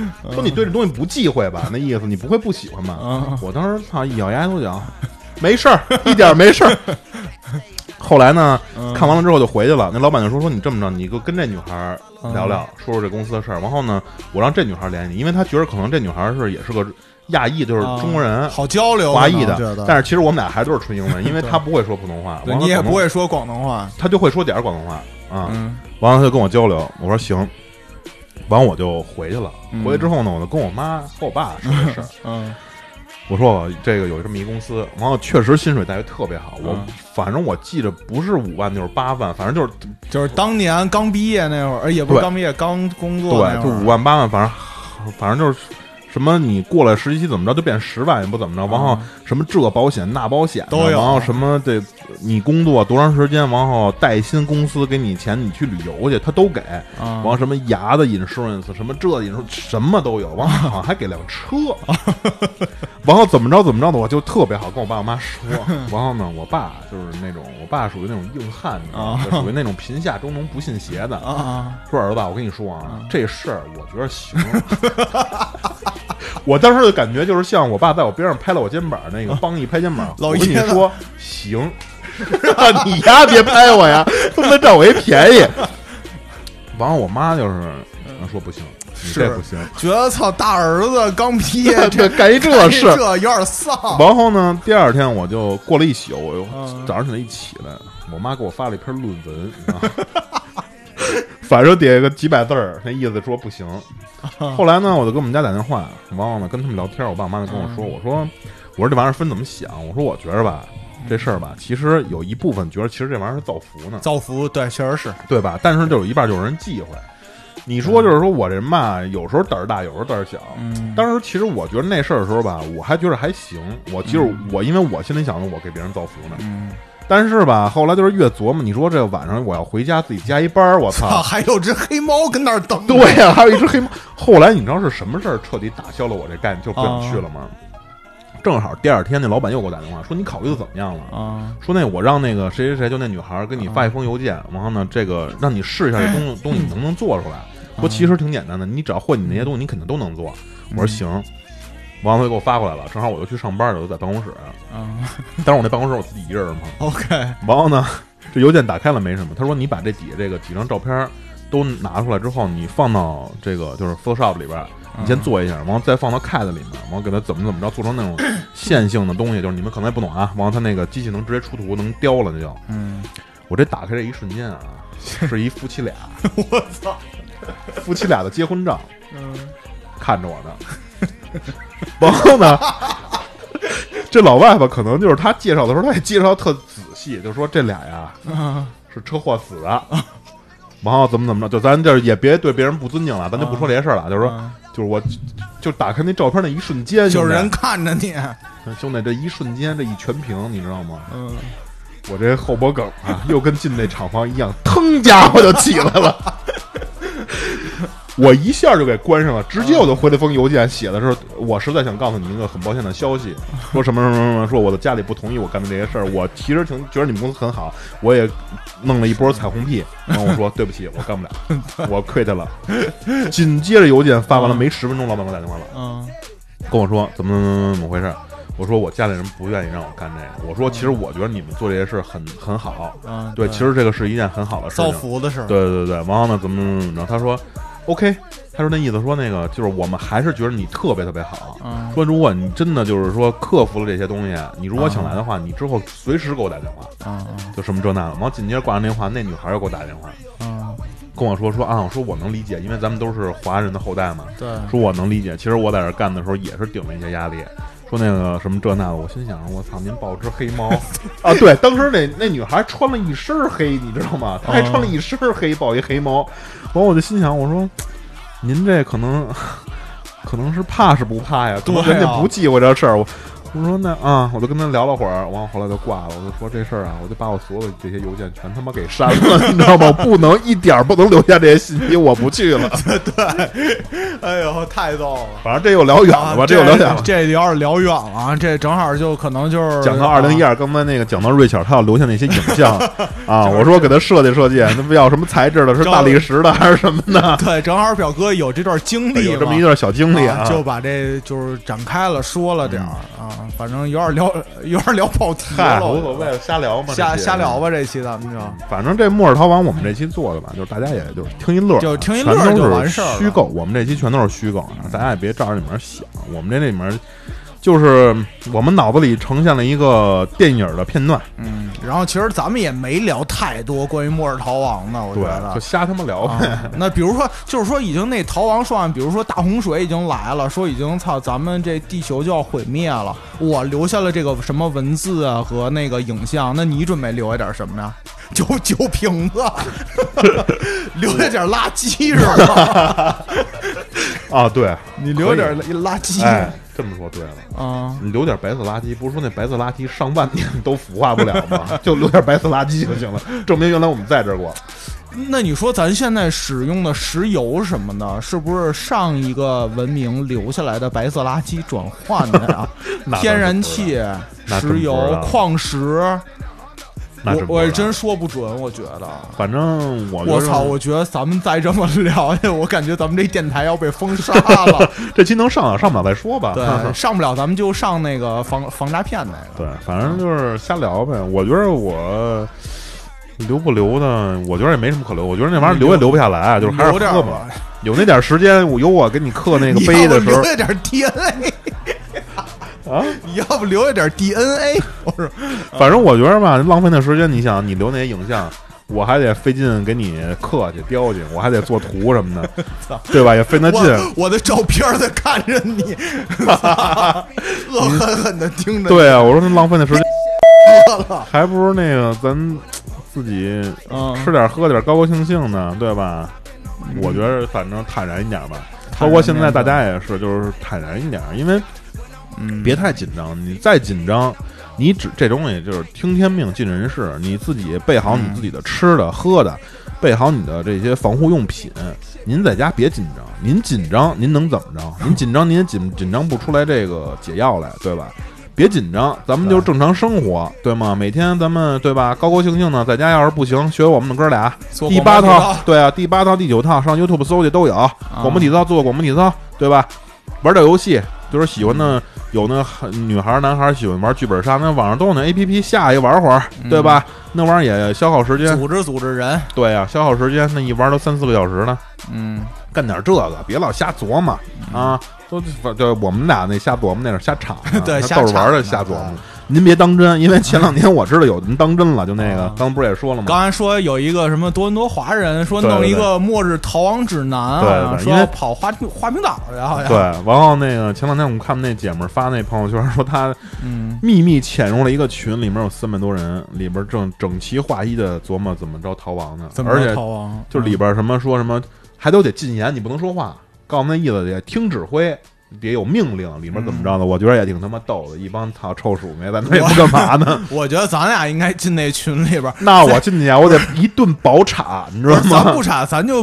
Speaker 2: 说你对这东西不忌讳吧？那意思你不会不喜欢吧
Speaker 3: 嗯？
Speaker 2: 我当时操一咬牙跺脚，没事儿，一点儿没事儿。 后来呢，看完了之后就回去了。那老板就说：“说你这么着，你就跟这女孩儿聊聊，
Speaker 3: 嗯
Speaker 2: 说说这公司的事儿。然后呢，我让这女孩儿联系你，因为她觉得可能这女孩儿是也是个亚裔，就是中国人。”
Speaker 3: 好交流，
Speaker 2: 华裔
Speaker 3: 啊我觉
Speaker 2: 的
Speaker 3: 得，
Speaker 2: 但是其实我们俩还都是纯英文，因为她不会说普通话，
Speaker 3: 对
Speaker 2: 完了
Speaker 3: 你也
Speaker 2: 可能
Speaker 3: 不会说广东话，
Speaker 2: 他就会说点儿广东话啊。
Speaker 3: 嗯
Speaker 2: 完了，他就跟我交流，我说行，完我就回去了
Speaker 3: 嗯。
Speaker 2: 回去之后呢，我就跟我妈和我爸说这事儿，
Speaker 3: 嗯
Speaker 2: 我说我这个有这么一公司，完了确实薪水待遇特别好，我
Speaker 3: 嗯
Speaker 2: 反正我记着不是五万就是八万，反正就是
Speaker 3: 就是当年刚毕业那会儿，呃也不是
Speaker 2: 对
Speaker 3: 刚毕业，刚工作那
Speaker 2: 对，
Speaker 3: 会
Speaker 2: 就
Speaker 3: 儿，
Speaker 2: 五万八万，反正反正就是。什么？你过了实习期怎么着就变十万，也不怎么着。然后什么这保险那保险的
Speaker 3: 嗯都有
Speaker 2: 然后什么这你工作多长时间，然后带薪公司给你钱，你去旅游去，他都给。
Speaker 3: 啊
Speaker 2: 完什么牙的 insurance，什么这的 insurance，什么都有。完好像还给辆 车，然后怎么着怎么着的，我就特别好跟我爸我 妈说。然后呢，我爸就是那种，我爸属于那种硬汉，你知道吗就属于那种贫下中农不信邪 的。
Speaker 3: 啊
Speaker 2: 说儿子，我跟你说
Speaker 3: 嗯
Speaker 2: 啊，这事儿我觉得行。 我当时就感觉就是像我爸在我边上拍了我肩膀，那个帮一拍肩膀，
Speaker 3: 老
Speaker 2: 我跟你
Speaker 3: 爷子
Speaker 2: 说行， 你呀别拍我呀，他妈占我一便宜。完了，我妈就是说不行，你这
Speaker 3: 是
Speaker 2: 不行，
Speaker 3: 觉得操大儿子刚毕业这
Speaker 2: 这 干一这事儿。
Speaker 3: 这有点丧，
Speaker 2: 然后呢，第二天我就过了一宿，我又
Speaker 3: 嗯
Speaker 2: 早上起来一起来，我妈给我发了一篇论文，你知道吗 反正得个几百字儿，那意思说不行。后来呢，我就跟我们家打电话，完了呢跟他们聊天，我爸我妈就跟我说，我说我说这玩意儿分怎么想，我说我觉着吧，这事儿吧，其实有一部分觉得其实这玩意儿是造福呢，
Speaker 3: 造福对，确实是，
Speaker 2: 对吧？但是就有一半就有人忌讳。你说就是说我这人吧，有时候胆儿大，有时候胆儿小。
Speaker 3: 嗯
Speaker 2: 当时其实我觉得那事儿的时候吧，我还觉得还行。我就是我，因为我心里想着我给别人造福呢。
Speaker 3: 嗯
Speaker 2: 但是吧，后来就是越琢磨，你说这晚上我要回家自己加一班儿，我
Speaker 4: 啊，
Speaker 2: 操！
Speaker 4: 还有只黑猫跟那儿等。
Speaker 2: 对，呀、还有一只黑猫。后来你知道是什么事儿彻底打消了我这概念，就不想
Speaker 3: 哦
Speaker 2: 去了吗？正好第二天那老板又给我打电话说你考虑的怎么样了？
Speaker 3: 啊
Speaker 2: 说那我让那个谁谁谁，就那女孩儿给你发一封邮件，然后呢，这个让你试一下这东东西能不能做出来。说其实挺简单的，你只要会你那些东西，你肯定都能做。我说行，王辉给我发过来了，正好我就去上班了，我就在办公室。
Speaker 3: 啊
Speaker 2: 当时我那办公室我自己一人嘛。
Speaker 3: ，OK，
Speaker 2: 然后呢，这邮件打开了没什么，他说你把这底下这个几张照片儿都拿出来之后，你放到这个就是 Photoshop 里边儿，你先做一下，然后再放到 CAD 里面，然后给它怎么怎么着做成那种线性的东西，就是你们可能也不懂啊。然后它那个机器能直接出图，能雕了那就。
Speaker 3: 嗯，
Speaker 2: 我这打开这一瞬间啊，是一夫妻俩，
Speaker 4: 我操，嗯
Speaker 2: 夫妻俩的结婚照，看着我呢。然后呢，这老外吧，可能就是他介绍的时候，他也介绍得特仔细，就说这俩呀
Speaker 4: 嗯
Speaker 3: 啊
Speaker 2: 是车祸死的，然后怎么怎么着，就咱这也别对别人不尊敬了，咱就不
Speaker 4: 嗯
Speaker 2: 说这些事儿了，就是说，
Speaker 3: 啊
Speaker 2: 就是我就打开那照片那一瞬间，
Speaker 4: 就是人
Speaker 2: 兄
Speaker 4: 看着你，
Speaker 2: 弟兄弟这一瞬间这一全屏，你知道吗？
Speaker 3: 嗯，
Speaker 2: 我这后脖梗啊，又跟进那厂房一样，腾家伙就起来了。我一下就给关上了，直接我就回了封邮件，写的是我实在想告诉你们一个很抱歉的消息，说什么什么什么，说我的家里不同意我干的这些事儿，我其实挺觉得你们公司很好，我也弄了一波彩虹屁，然后我说对不起，我干不了，我 quit 了。紧接着邮件发完了没十分钟，老板给我打电话了，
Speaker 3: 嗯
Speaker 2: 跟我说怎么怎么怎么回事儿。我说我家里人不愿意让我干这个。我说其实我觉得你们做这些事儿很很好，
Speaker 3: 嗯，
Speaker 2: 对，其实这个是一件很好的事
Speaker 4: 造
Speaker 2: 情。
Speaker 4: 福的事儿。
Speaker 2: 对对对，然后呢，怎么怎么怎么着？他说，OK，他说那意思说那个就是我们还是觉得你特别特别好。
Speaker 3: 嗯
Speaker 2: 说如果你真的就是说克服了这些东西，你如果想来的话，你之后随时给我打电话，
Speaker 3: 嗯
Speaker 2: 就什么这那的。然后紧接着挂上电话，那女孩又给我打电话，
Speaker 3: 嗯，
Speaker 2: 跟我说说啊，我说我能理解，因为咱们都是华人的后代嘛。
Speaker 3: 对，
Speaker 2: 说我能理解，其实我在这儿干的时候也是顶着一些压力。说那个什么这那的，我心想我操，您抱只黑猫 啊！对，当时那那女孩穿了一身黑，你知道吗？她还穿了一身黑，抱一黑猫。完我就心想，我说您这可能可能是怕是不怕呀？可能
Speaker 4: 对啊
Speaker 2: 人家不忌讳这事儿。我我说那啊，我就跟他聊了会儿，完后来就挂了。我就说这事儿啊，我就把我所有的这些邮件全他妈给删了，你知道吗？不能一点儿不能留下这些信息，我不去了。
Speaker 4: 哎呦，太逗了。
Speaker 2: 反正这又聊远了
Speaker 3: 啊
Speaker 2: 吧，
Speaker 3: 这
Speaker 2: 又聊远了。
Speaker 3: 这有点聊远了啊，这正好就可能就是啊
Speaker 2: 讲到二零一二，刚才那个讲到瑞巧，她要留下那些影 像啊，我说给她设计设计，那不要什么材质的，是
Speaker 4: 招
Speaker 2: 大理石的还是什么的？
Speaker 3: 对，正好表哥有这段经历嘛，
Speaker 2: 哎有这么一段小经历
Speaker 3: 啊就把这就是展开了说了点儿啊，反正有点聊，有点聊跑题
Speaker 2: 嗯嗨，
Speaker 3: 了，
Speaker 2: 无所谓，瞎聊嘛，
Speaker 3: 瞎
Speaker 2: 这些嗯
Speaker 3: 瞎聊。吧，这期咱们就
Speaker 2: 反正这《末日逃亡》我们这期做的吧，就是大家也就是听一乐，啊
Speaker 3: 就听一乐就
Speaker 2: 全都是
Speaker 3: 完事儿了
Speaker 2: 虚构，我们这期全都是虚构啊，大家也别照着里面想，我们这里面就是我们脑子里呈现了一个电影的片段，
Speaker 3: 嗯，然后其实咱们也没聊太多关于末日逃亡的，我觉
Speaker 2: 对，就
Speaker 3: 得。
Speaker 2: 瞎他妈聊呗。
Speaker 3: 啊，那比如说，就是说，已经那逃亡说案，比如说大洪水已经来了，说已经操，咱们这地球就要毁灭了。我留下了这个什么文字啊和那个影像，那你准备留下点什么呀？
Speaker 4: 酒酒瓶 子，留下点垃圾是吧？
Speaker 2: 啊，对，
Speaker 3: 你留下点垃圾
Speaker 2: 哎，这么说对了。
Speaker 3: 啊、
Speaker 2: 你留点白色垃圾，不是说那白色垃圾上万年都腐化不了吗？就留点白色垃圾就行了，证明原来我们在这儿过。
Speaker 3: 那你说咱现在使用的石油什么的，是不是上一个文明留下来的白色垃圾转换的呀？
Speaker 2: 那倒是不知道
Speaker 3: 天然气、
Speaker 2: 那真不
Speaker 3: 石
Speaker 2: 知道
Speaker 3: 油、矿石，
Speaker 2: 那
Speaker 3: 我
Speaker 2: 不
Speaker 3: 我
Speaker 2: 知道
Speaker 3: 真，说不准，我觉得。
Speaker 2: 反正我
Speaker 3: 我
Speaker 2: 觉得
Speaker 3: 操！我觉得咱们再这么聊下去，我感觉咱们这电台要被封杀 了。
Speaker 2: 这期能上啊，上不了再说吧。
Speaker 3: 对，上不了咱们就上那个防防诈骗那个。
Speaker 2: 对，反正就是瞎聊呗。我觉得我留不留呢？我觉得也没什么可留。我觉得那玩意儿留也留不下来，啊就是还是
Speaker 3: 留点
Speaker 2: 喝
Speaker 3: 儿
Speaker 2: 吧
Speaker 3: 吧。
Speaker 2: 有那点时间，我有我给你刻 那个
Speaker 4: 你要
Speaker 2: 杯
Speaker 4: 不
Speaker 2: 的时候
Speaker 4: 留，下点 DNA，
Speaker 2: 啊，
Speaker 4: 你要不留下点 DNA，我说
Speaker 2: 反正我觉得吧，浪费那时间，你想，你留那些影像，我还得费劲给你刻去、雕去，我还得做图什么的，对吧？也费那劲。
Speaker 4: 我我的照片儿在看着 你，恶狠狠的盯着你。
Speaker 2: 对啊，我说那浪费那时间，还不如那个咱自己
Speaker 3: 嗯，
Speaker 2: 吃点喝点，高高兴兴的，对吧？我觉得反正坦然一点吧，包括现在大家也是，就是坦然一点，因为
Speaker 3: 嗯
Speaker 2: 别太紧张，你再紧张，你只这东西就是听天命尽人事，你自己备好你自己的吃的喝的，备好你的这些防护用品。您在家别紧张，您紧张您能怎么着？您紧张您也紧紧张不出来这个解药来，对吧？别紧张，咱们就是正常生活，对吗？每天咱们对吧，高高兴兴的，在家要是不行，学我们的哥俩，
Speaker 4: 做
Speaker 2: 第
Speaker 4: 广
Speaker 2: 八
Speaker 4: 播啊
Speaker 2: 套，对啊，第八套、第九套上 YouTube 搜去都有。广播体操做广播体操，对吧？玩点游戏，就是喜欢
Speaker 4: 嗯
Speaker 2: 的有那女孩儿、男孩儿喜欢玩剧本杀，那网上都有那 APP 下一玩会儿，对吧？
Speaker 4: 嗯
Speaker 2: 那玩意儿也消耗时间，
Speaker 3: 组织组织人，
Speaker 2: 对啊，消耗时间，那一玩都三四个小时呢。
Speaker 3: 嗯，，
Speaker 2: 干点这个，别老瞎琢磨
Speaker 4: 嗯
Speaker 2: 啊！都反对我们俩那瞎琢磨那是瞎扯 呢
Speaker 3: 对
Speaker 2: 他逗着玩儿的
Speaker 3: 瞎
Speaker 4: 啊
Speaker 2: 瞎
Speaker 3: 扯
Speaker 2: 琢
Speaker 3: 呢
Speaker 2: 磨。您别当真，因为前 两天我知道有人当真了，就那
Speaker 4: 啊
Speaker 2: 个，刚不是也说了吗？
Speaker 3: 刚才说有一个什么多伦多华人说
Speaker 2: 嗯对对
Speaker 3: 弄一
Speaker 2: 对
Speaker 3: 个末日逃亡指南啊，
Speaker 2: 对对
Speaker 3: 好像
Speaker 2: 对
Speaker 3: 说
Speaker 2: 因为
Speaker 3: 要跑花花冰岛去，好像
Speaker 2: 对，，然后那个前两天我们看那姐们儿发那朋友圈，说她
Speaker 3: 嗯
Speaker 2: 秘密潜入了一个群，里面有三百多人，里边正整齐划一的琢磨怎么着逃亡呢，
Speaker 3: 怎么
Speaker 2: 而
Speaker 3: 着
Speaker 2: 且
Speaker 3: 逃亡？啊
Speaker 2: 就里边什么说什么还都得禁言，你不能说话，告诉那意思得听指挥。得有命令，里面怎么着呢？
Speaker 3: 嗯
Speaker 2: 我觉得也挺他妈逗的，一帮操臭鼠没咱那也不 干嘛呢？
Speaker 3: 嗯，我觉得咱俩应该进那群里 边儿，
Speaker 2: 那我进去啊，我得一顿饱查，你知道
Speaker 3: 咱
Speaker 2: 吗
Speaker 3: 不？查，咱就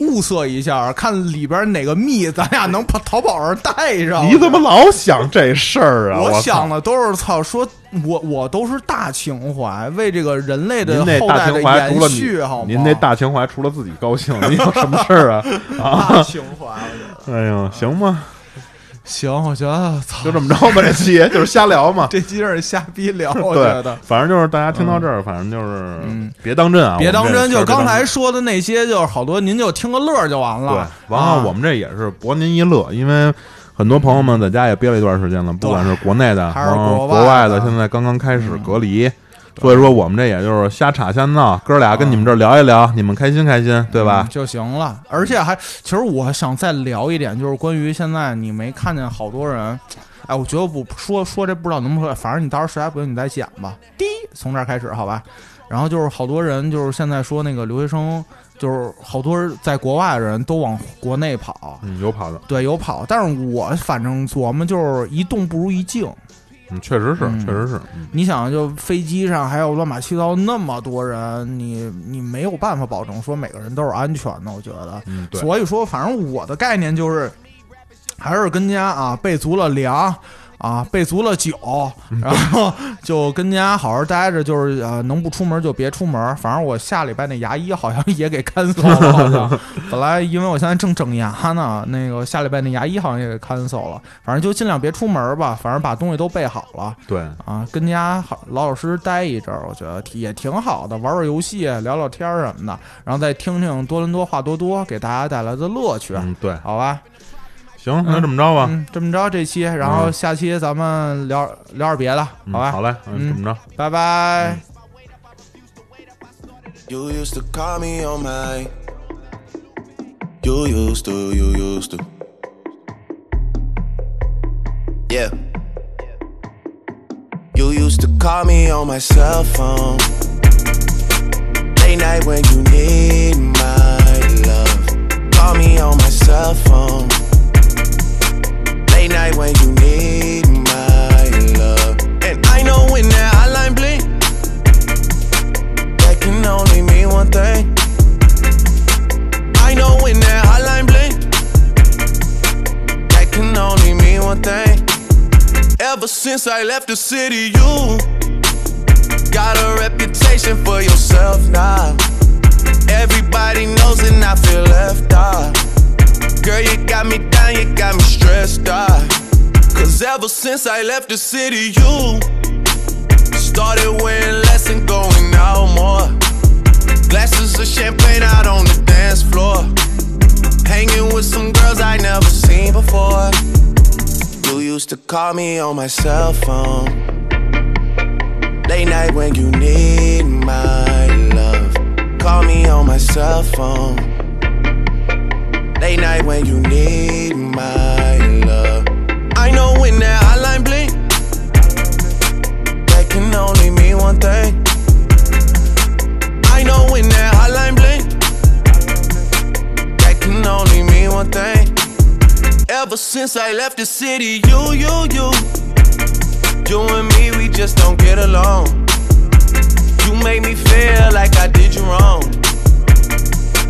Speaker 3: 物色一下，看里边哪个密，咱俩能把淘宝上带上。
Speaker 2: 你怎么老想这事儿啊？我
Speaker 3: 我
Speaker 2: 操
Speaker 3: 想的都是操，说我我都是大情怀，为这个人类的
Speaker 2: 您那
Speaker 3: 后
Speaker 2: 大
Speaker 3: 代的
Speaker 2: 情怀除了
Speaker 3: 延
Speaker 2: 你
Speaker 3: 续，好吗？
Speaker 2: 您那大情怀除了自己高兴， 您有什么事儿啊？
Speaker 3: 大情 怀，我觉得
Speaker 2: 哎呀，行吧，
Speaker 3: 行，我觉得
Speaker 2: 就
Speaker 3: 操，
Speaker 2: 这么着吧，这期就是瞎聊嘛。
Speaker 3: 这鸡是瞎逼聊，我觉
Speaker 2: 对
Speaker 3: 得，。嗯
Speaker 2: 反正就是大家听到这儿，反正就是别当真啊，
Speaker 3: 别当真，就刚才
Speaker 2: 说
Speaker 3: 说的那些，就是好多您就听个乐儿就完
Speaker 2: 对
Speaker 3: 了。，
Speaker 2: 完了
Speaker 3: 啊
Speaker 2: 我们这也是博您一乐，因为。很多朋友们在家也憋了一段时间了，不管是国内的，
Speaker 3: 还是
Speaker 2: 然后
Speaker 3: 国外的嗯
Speaker 2: 国外的，现在刚刚开始隔离，所以说我们这也就是瞎吵瞎闹，哥俩跟你们这儿聊一聊，你们开心开心，对吧
Speaker 3: 嗯？就行了。而且还，其实我想再聊一点，就是关于现在你没看见好多人，哎，我觉得不说说这不知道能不能，反正你到时候实在不行你再剪吧。第一，从这儿开始，好吧。然后就是好多人就是现在说那个留学生，就是好多人在国外的人都往国内跑，
Speaker 2: 嗯，有跑的，
Speaker 3: 对，有跑。但是我反正琢磨就是一动不如一静。
Speaker 2: 嗯，确实是
Speaker 3: 嗯，
Speaker 2: 确实是，嗯
Speaker 3: 你想，就飞机上还有乱码七糟那么多人，你你没有办法保证说每个人都是安全的，我觉得。
Speaker 2: 嗯，对，
Speaker 3: 所以说，反正我的概念就是，还是跟家啊备足了粮。啊，备足了酒，然后就跟家好好待着，就是呃，能不出门就别出门。反正我下礼拜那牙医好像也给 cancel 了，好像本来因为我现在正整牙呢，那个下礼拜那牙医好像也给 cancel 了。反正就尽量别出门吧，反正把东西都备好了
Speaker 2: 对，
Speaker 3: 啊，跟家好老老实实待一阵儿，我觉得挺也挺好的，玩玩游戏，啊聊聊天儿什么的，然后再听听多伦多话多多给大家带来的乐趣，啊
Speaker 2: 嗯，对，
Speaker 3: 好吧？
Speaker 2: 行，那这么着吧，
Speaker 3: 嗯，这么着这期，然后下期咱们聊、聊点别的，
Speaker 2: 嗯
Speaker 3: 好吧？
Speaker 2: 好嘞，
Speaker 3: 嗯
Speaker 2: 嗯，这么着。
Speaker 3: 拜拜。
Speaker 5: You used to call me on my. You used to, you used to. Yeah. You used to call me on my cell phone. Late night when you need my love. Call me on my cell phone. Late night when you need my love. And I know when that hotline blink that can only mean one thing. I know when that hotline bling, that can only mean one thing. Ever since I left the city, you got a reputation for yourself now. Everybody knows and I feel left out. Girl, you got me down, you got me stressed out. Cause ever since I left the city, you Started wearing less and going out more. Glasses of champagne out on the dance floor. Hanging with some girls I never seen before. You used to call me on my cell phone. Late night when you need my love. Call me on my cell phone. Late night when you need my love. I know when that hotline blink that can only mean one thing. I know when that hotline bling, that can only mean one thing. Ever since I left the city, you, you, you, you and me, we just just don't get along. You make me feel like I did you wrong.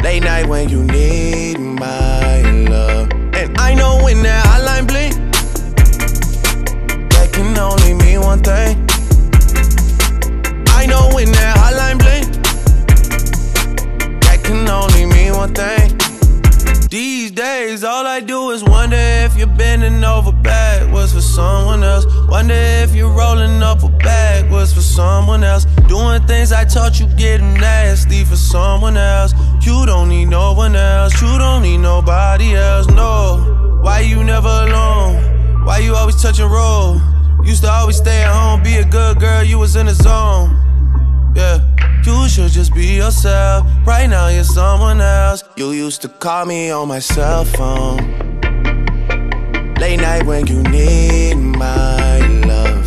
Speaker 5: Late night when you need my love. And I know when that hotline blink, that can only mean one thing. I know when that hotline blink, that can only mean one thing. These days, all I do is wonder if you're bending over backwards for someone else. Wonder if you're rolling up a bag was for someone else. Doing things I taught you getting nasty for someone else. You don't need no one else. You don't need nobody else. No. Why you never alone? Why you always touch and roll? Used to always stay at home, be a good girl, you was in the zone. Yeah, you should just be yourself. Right now, you're someone else. You used to call me on my cell phone. Late night when you need my love.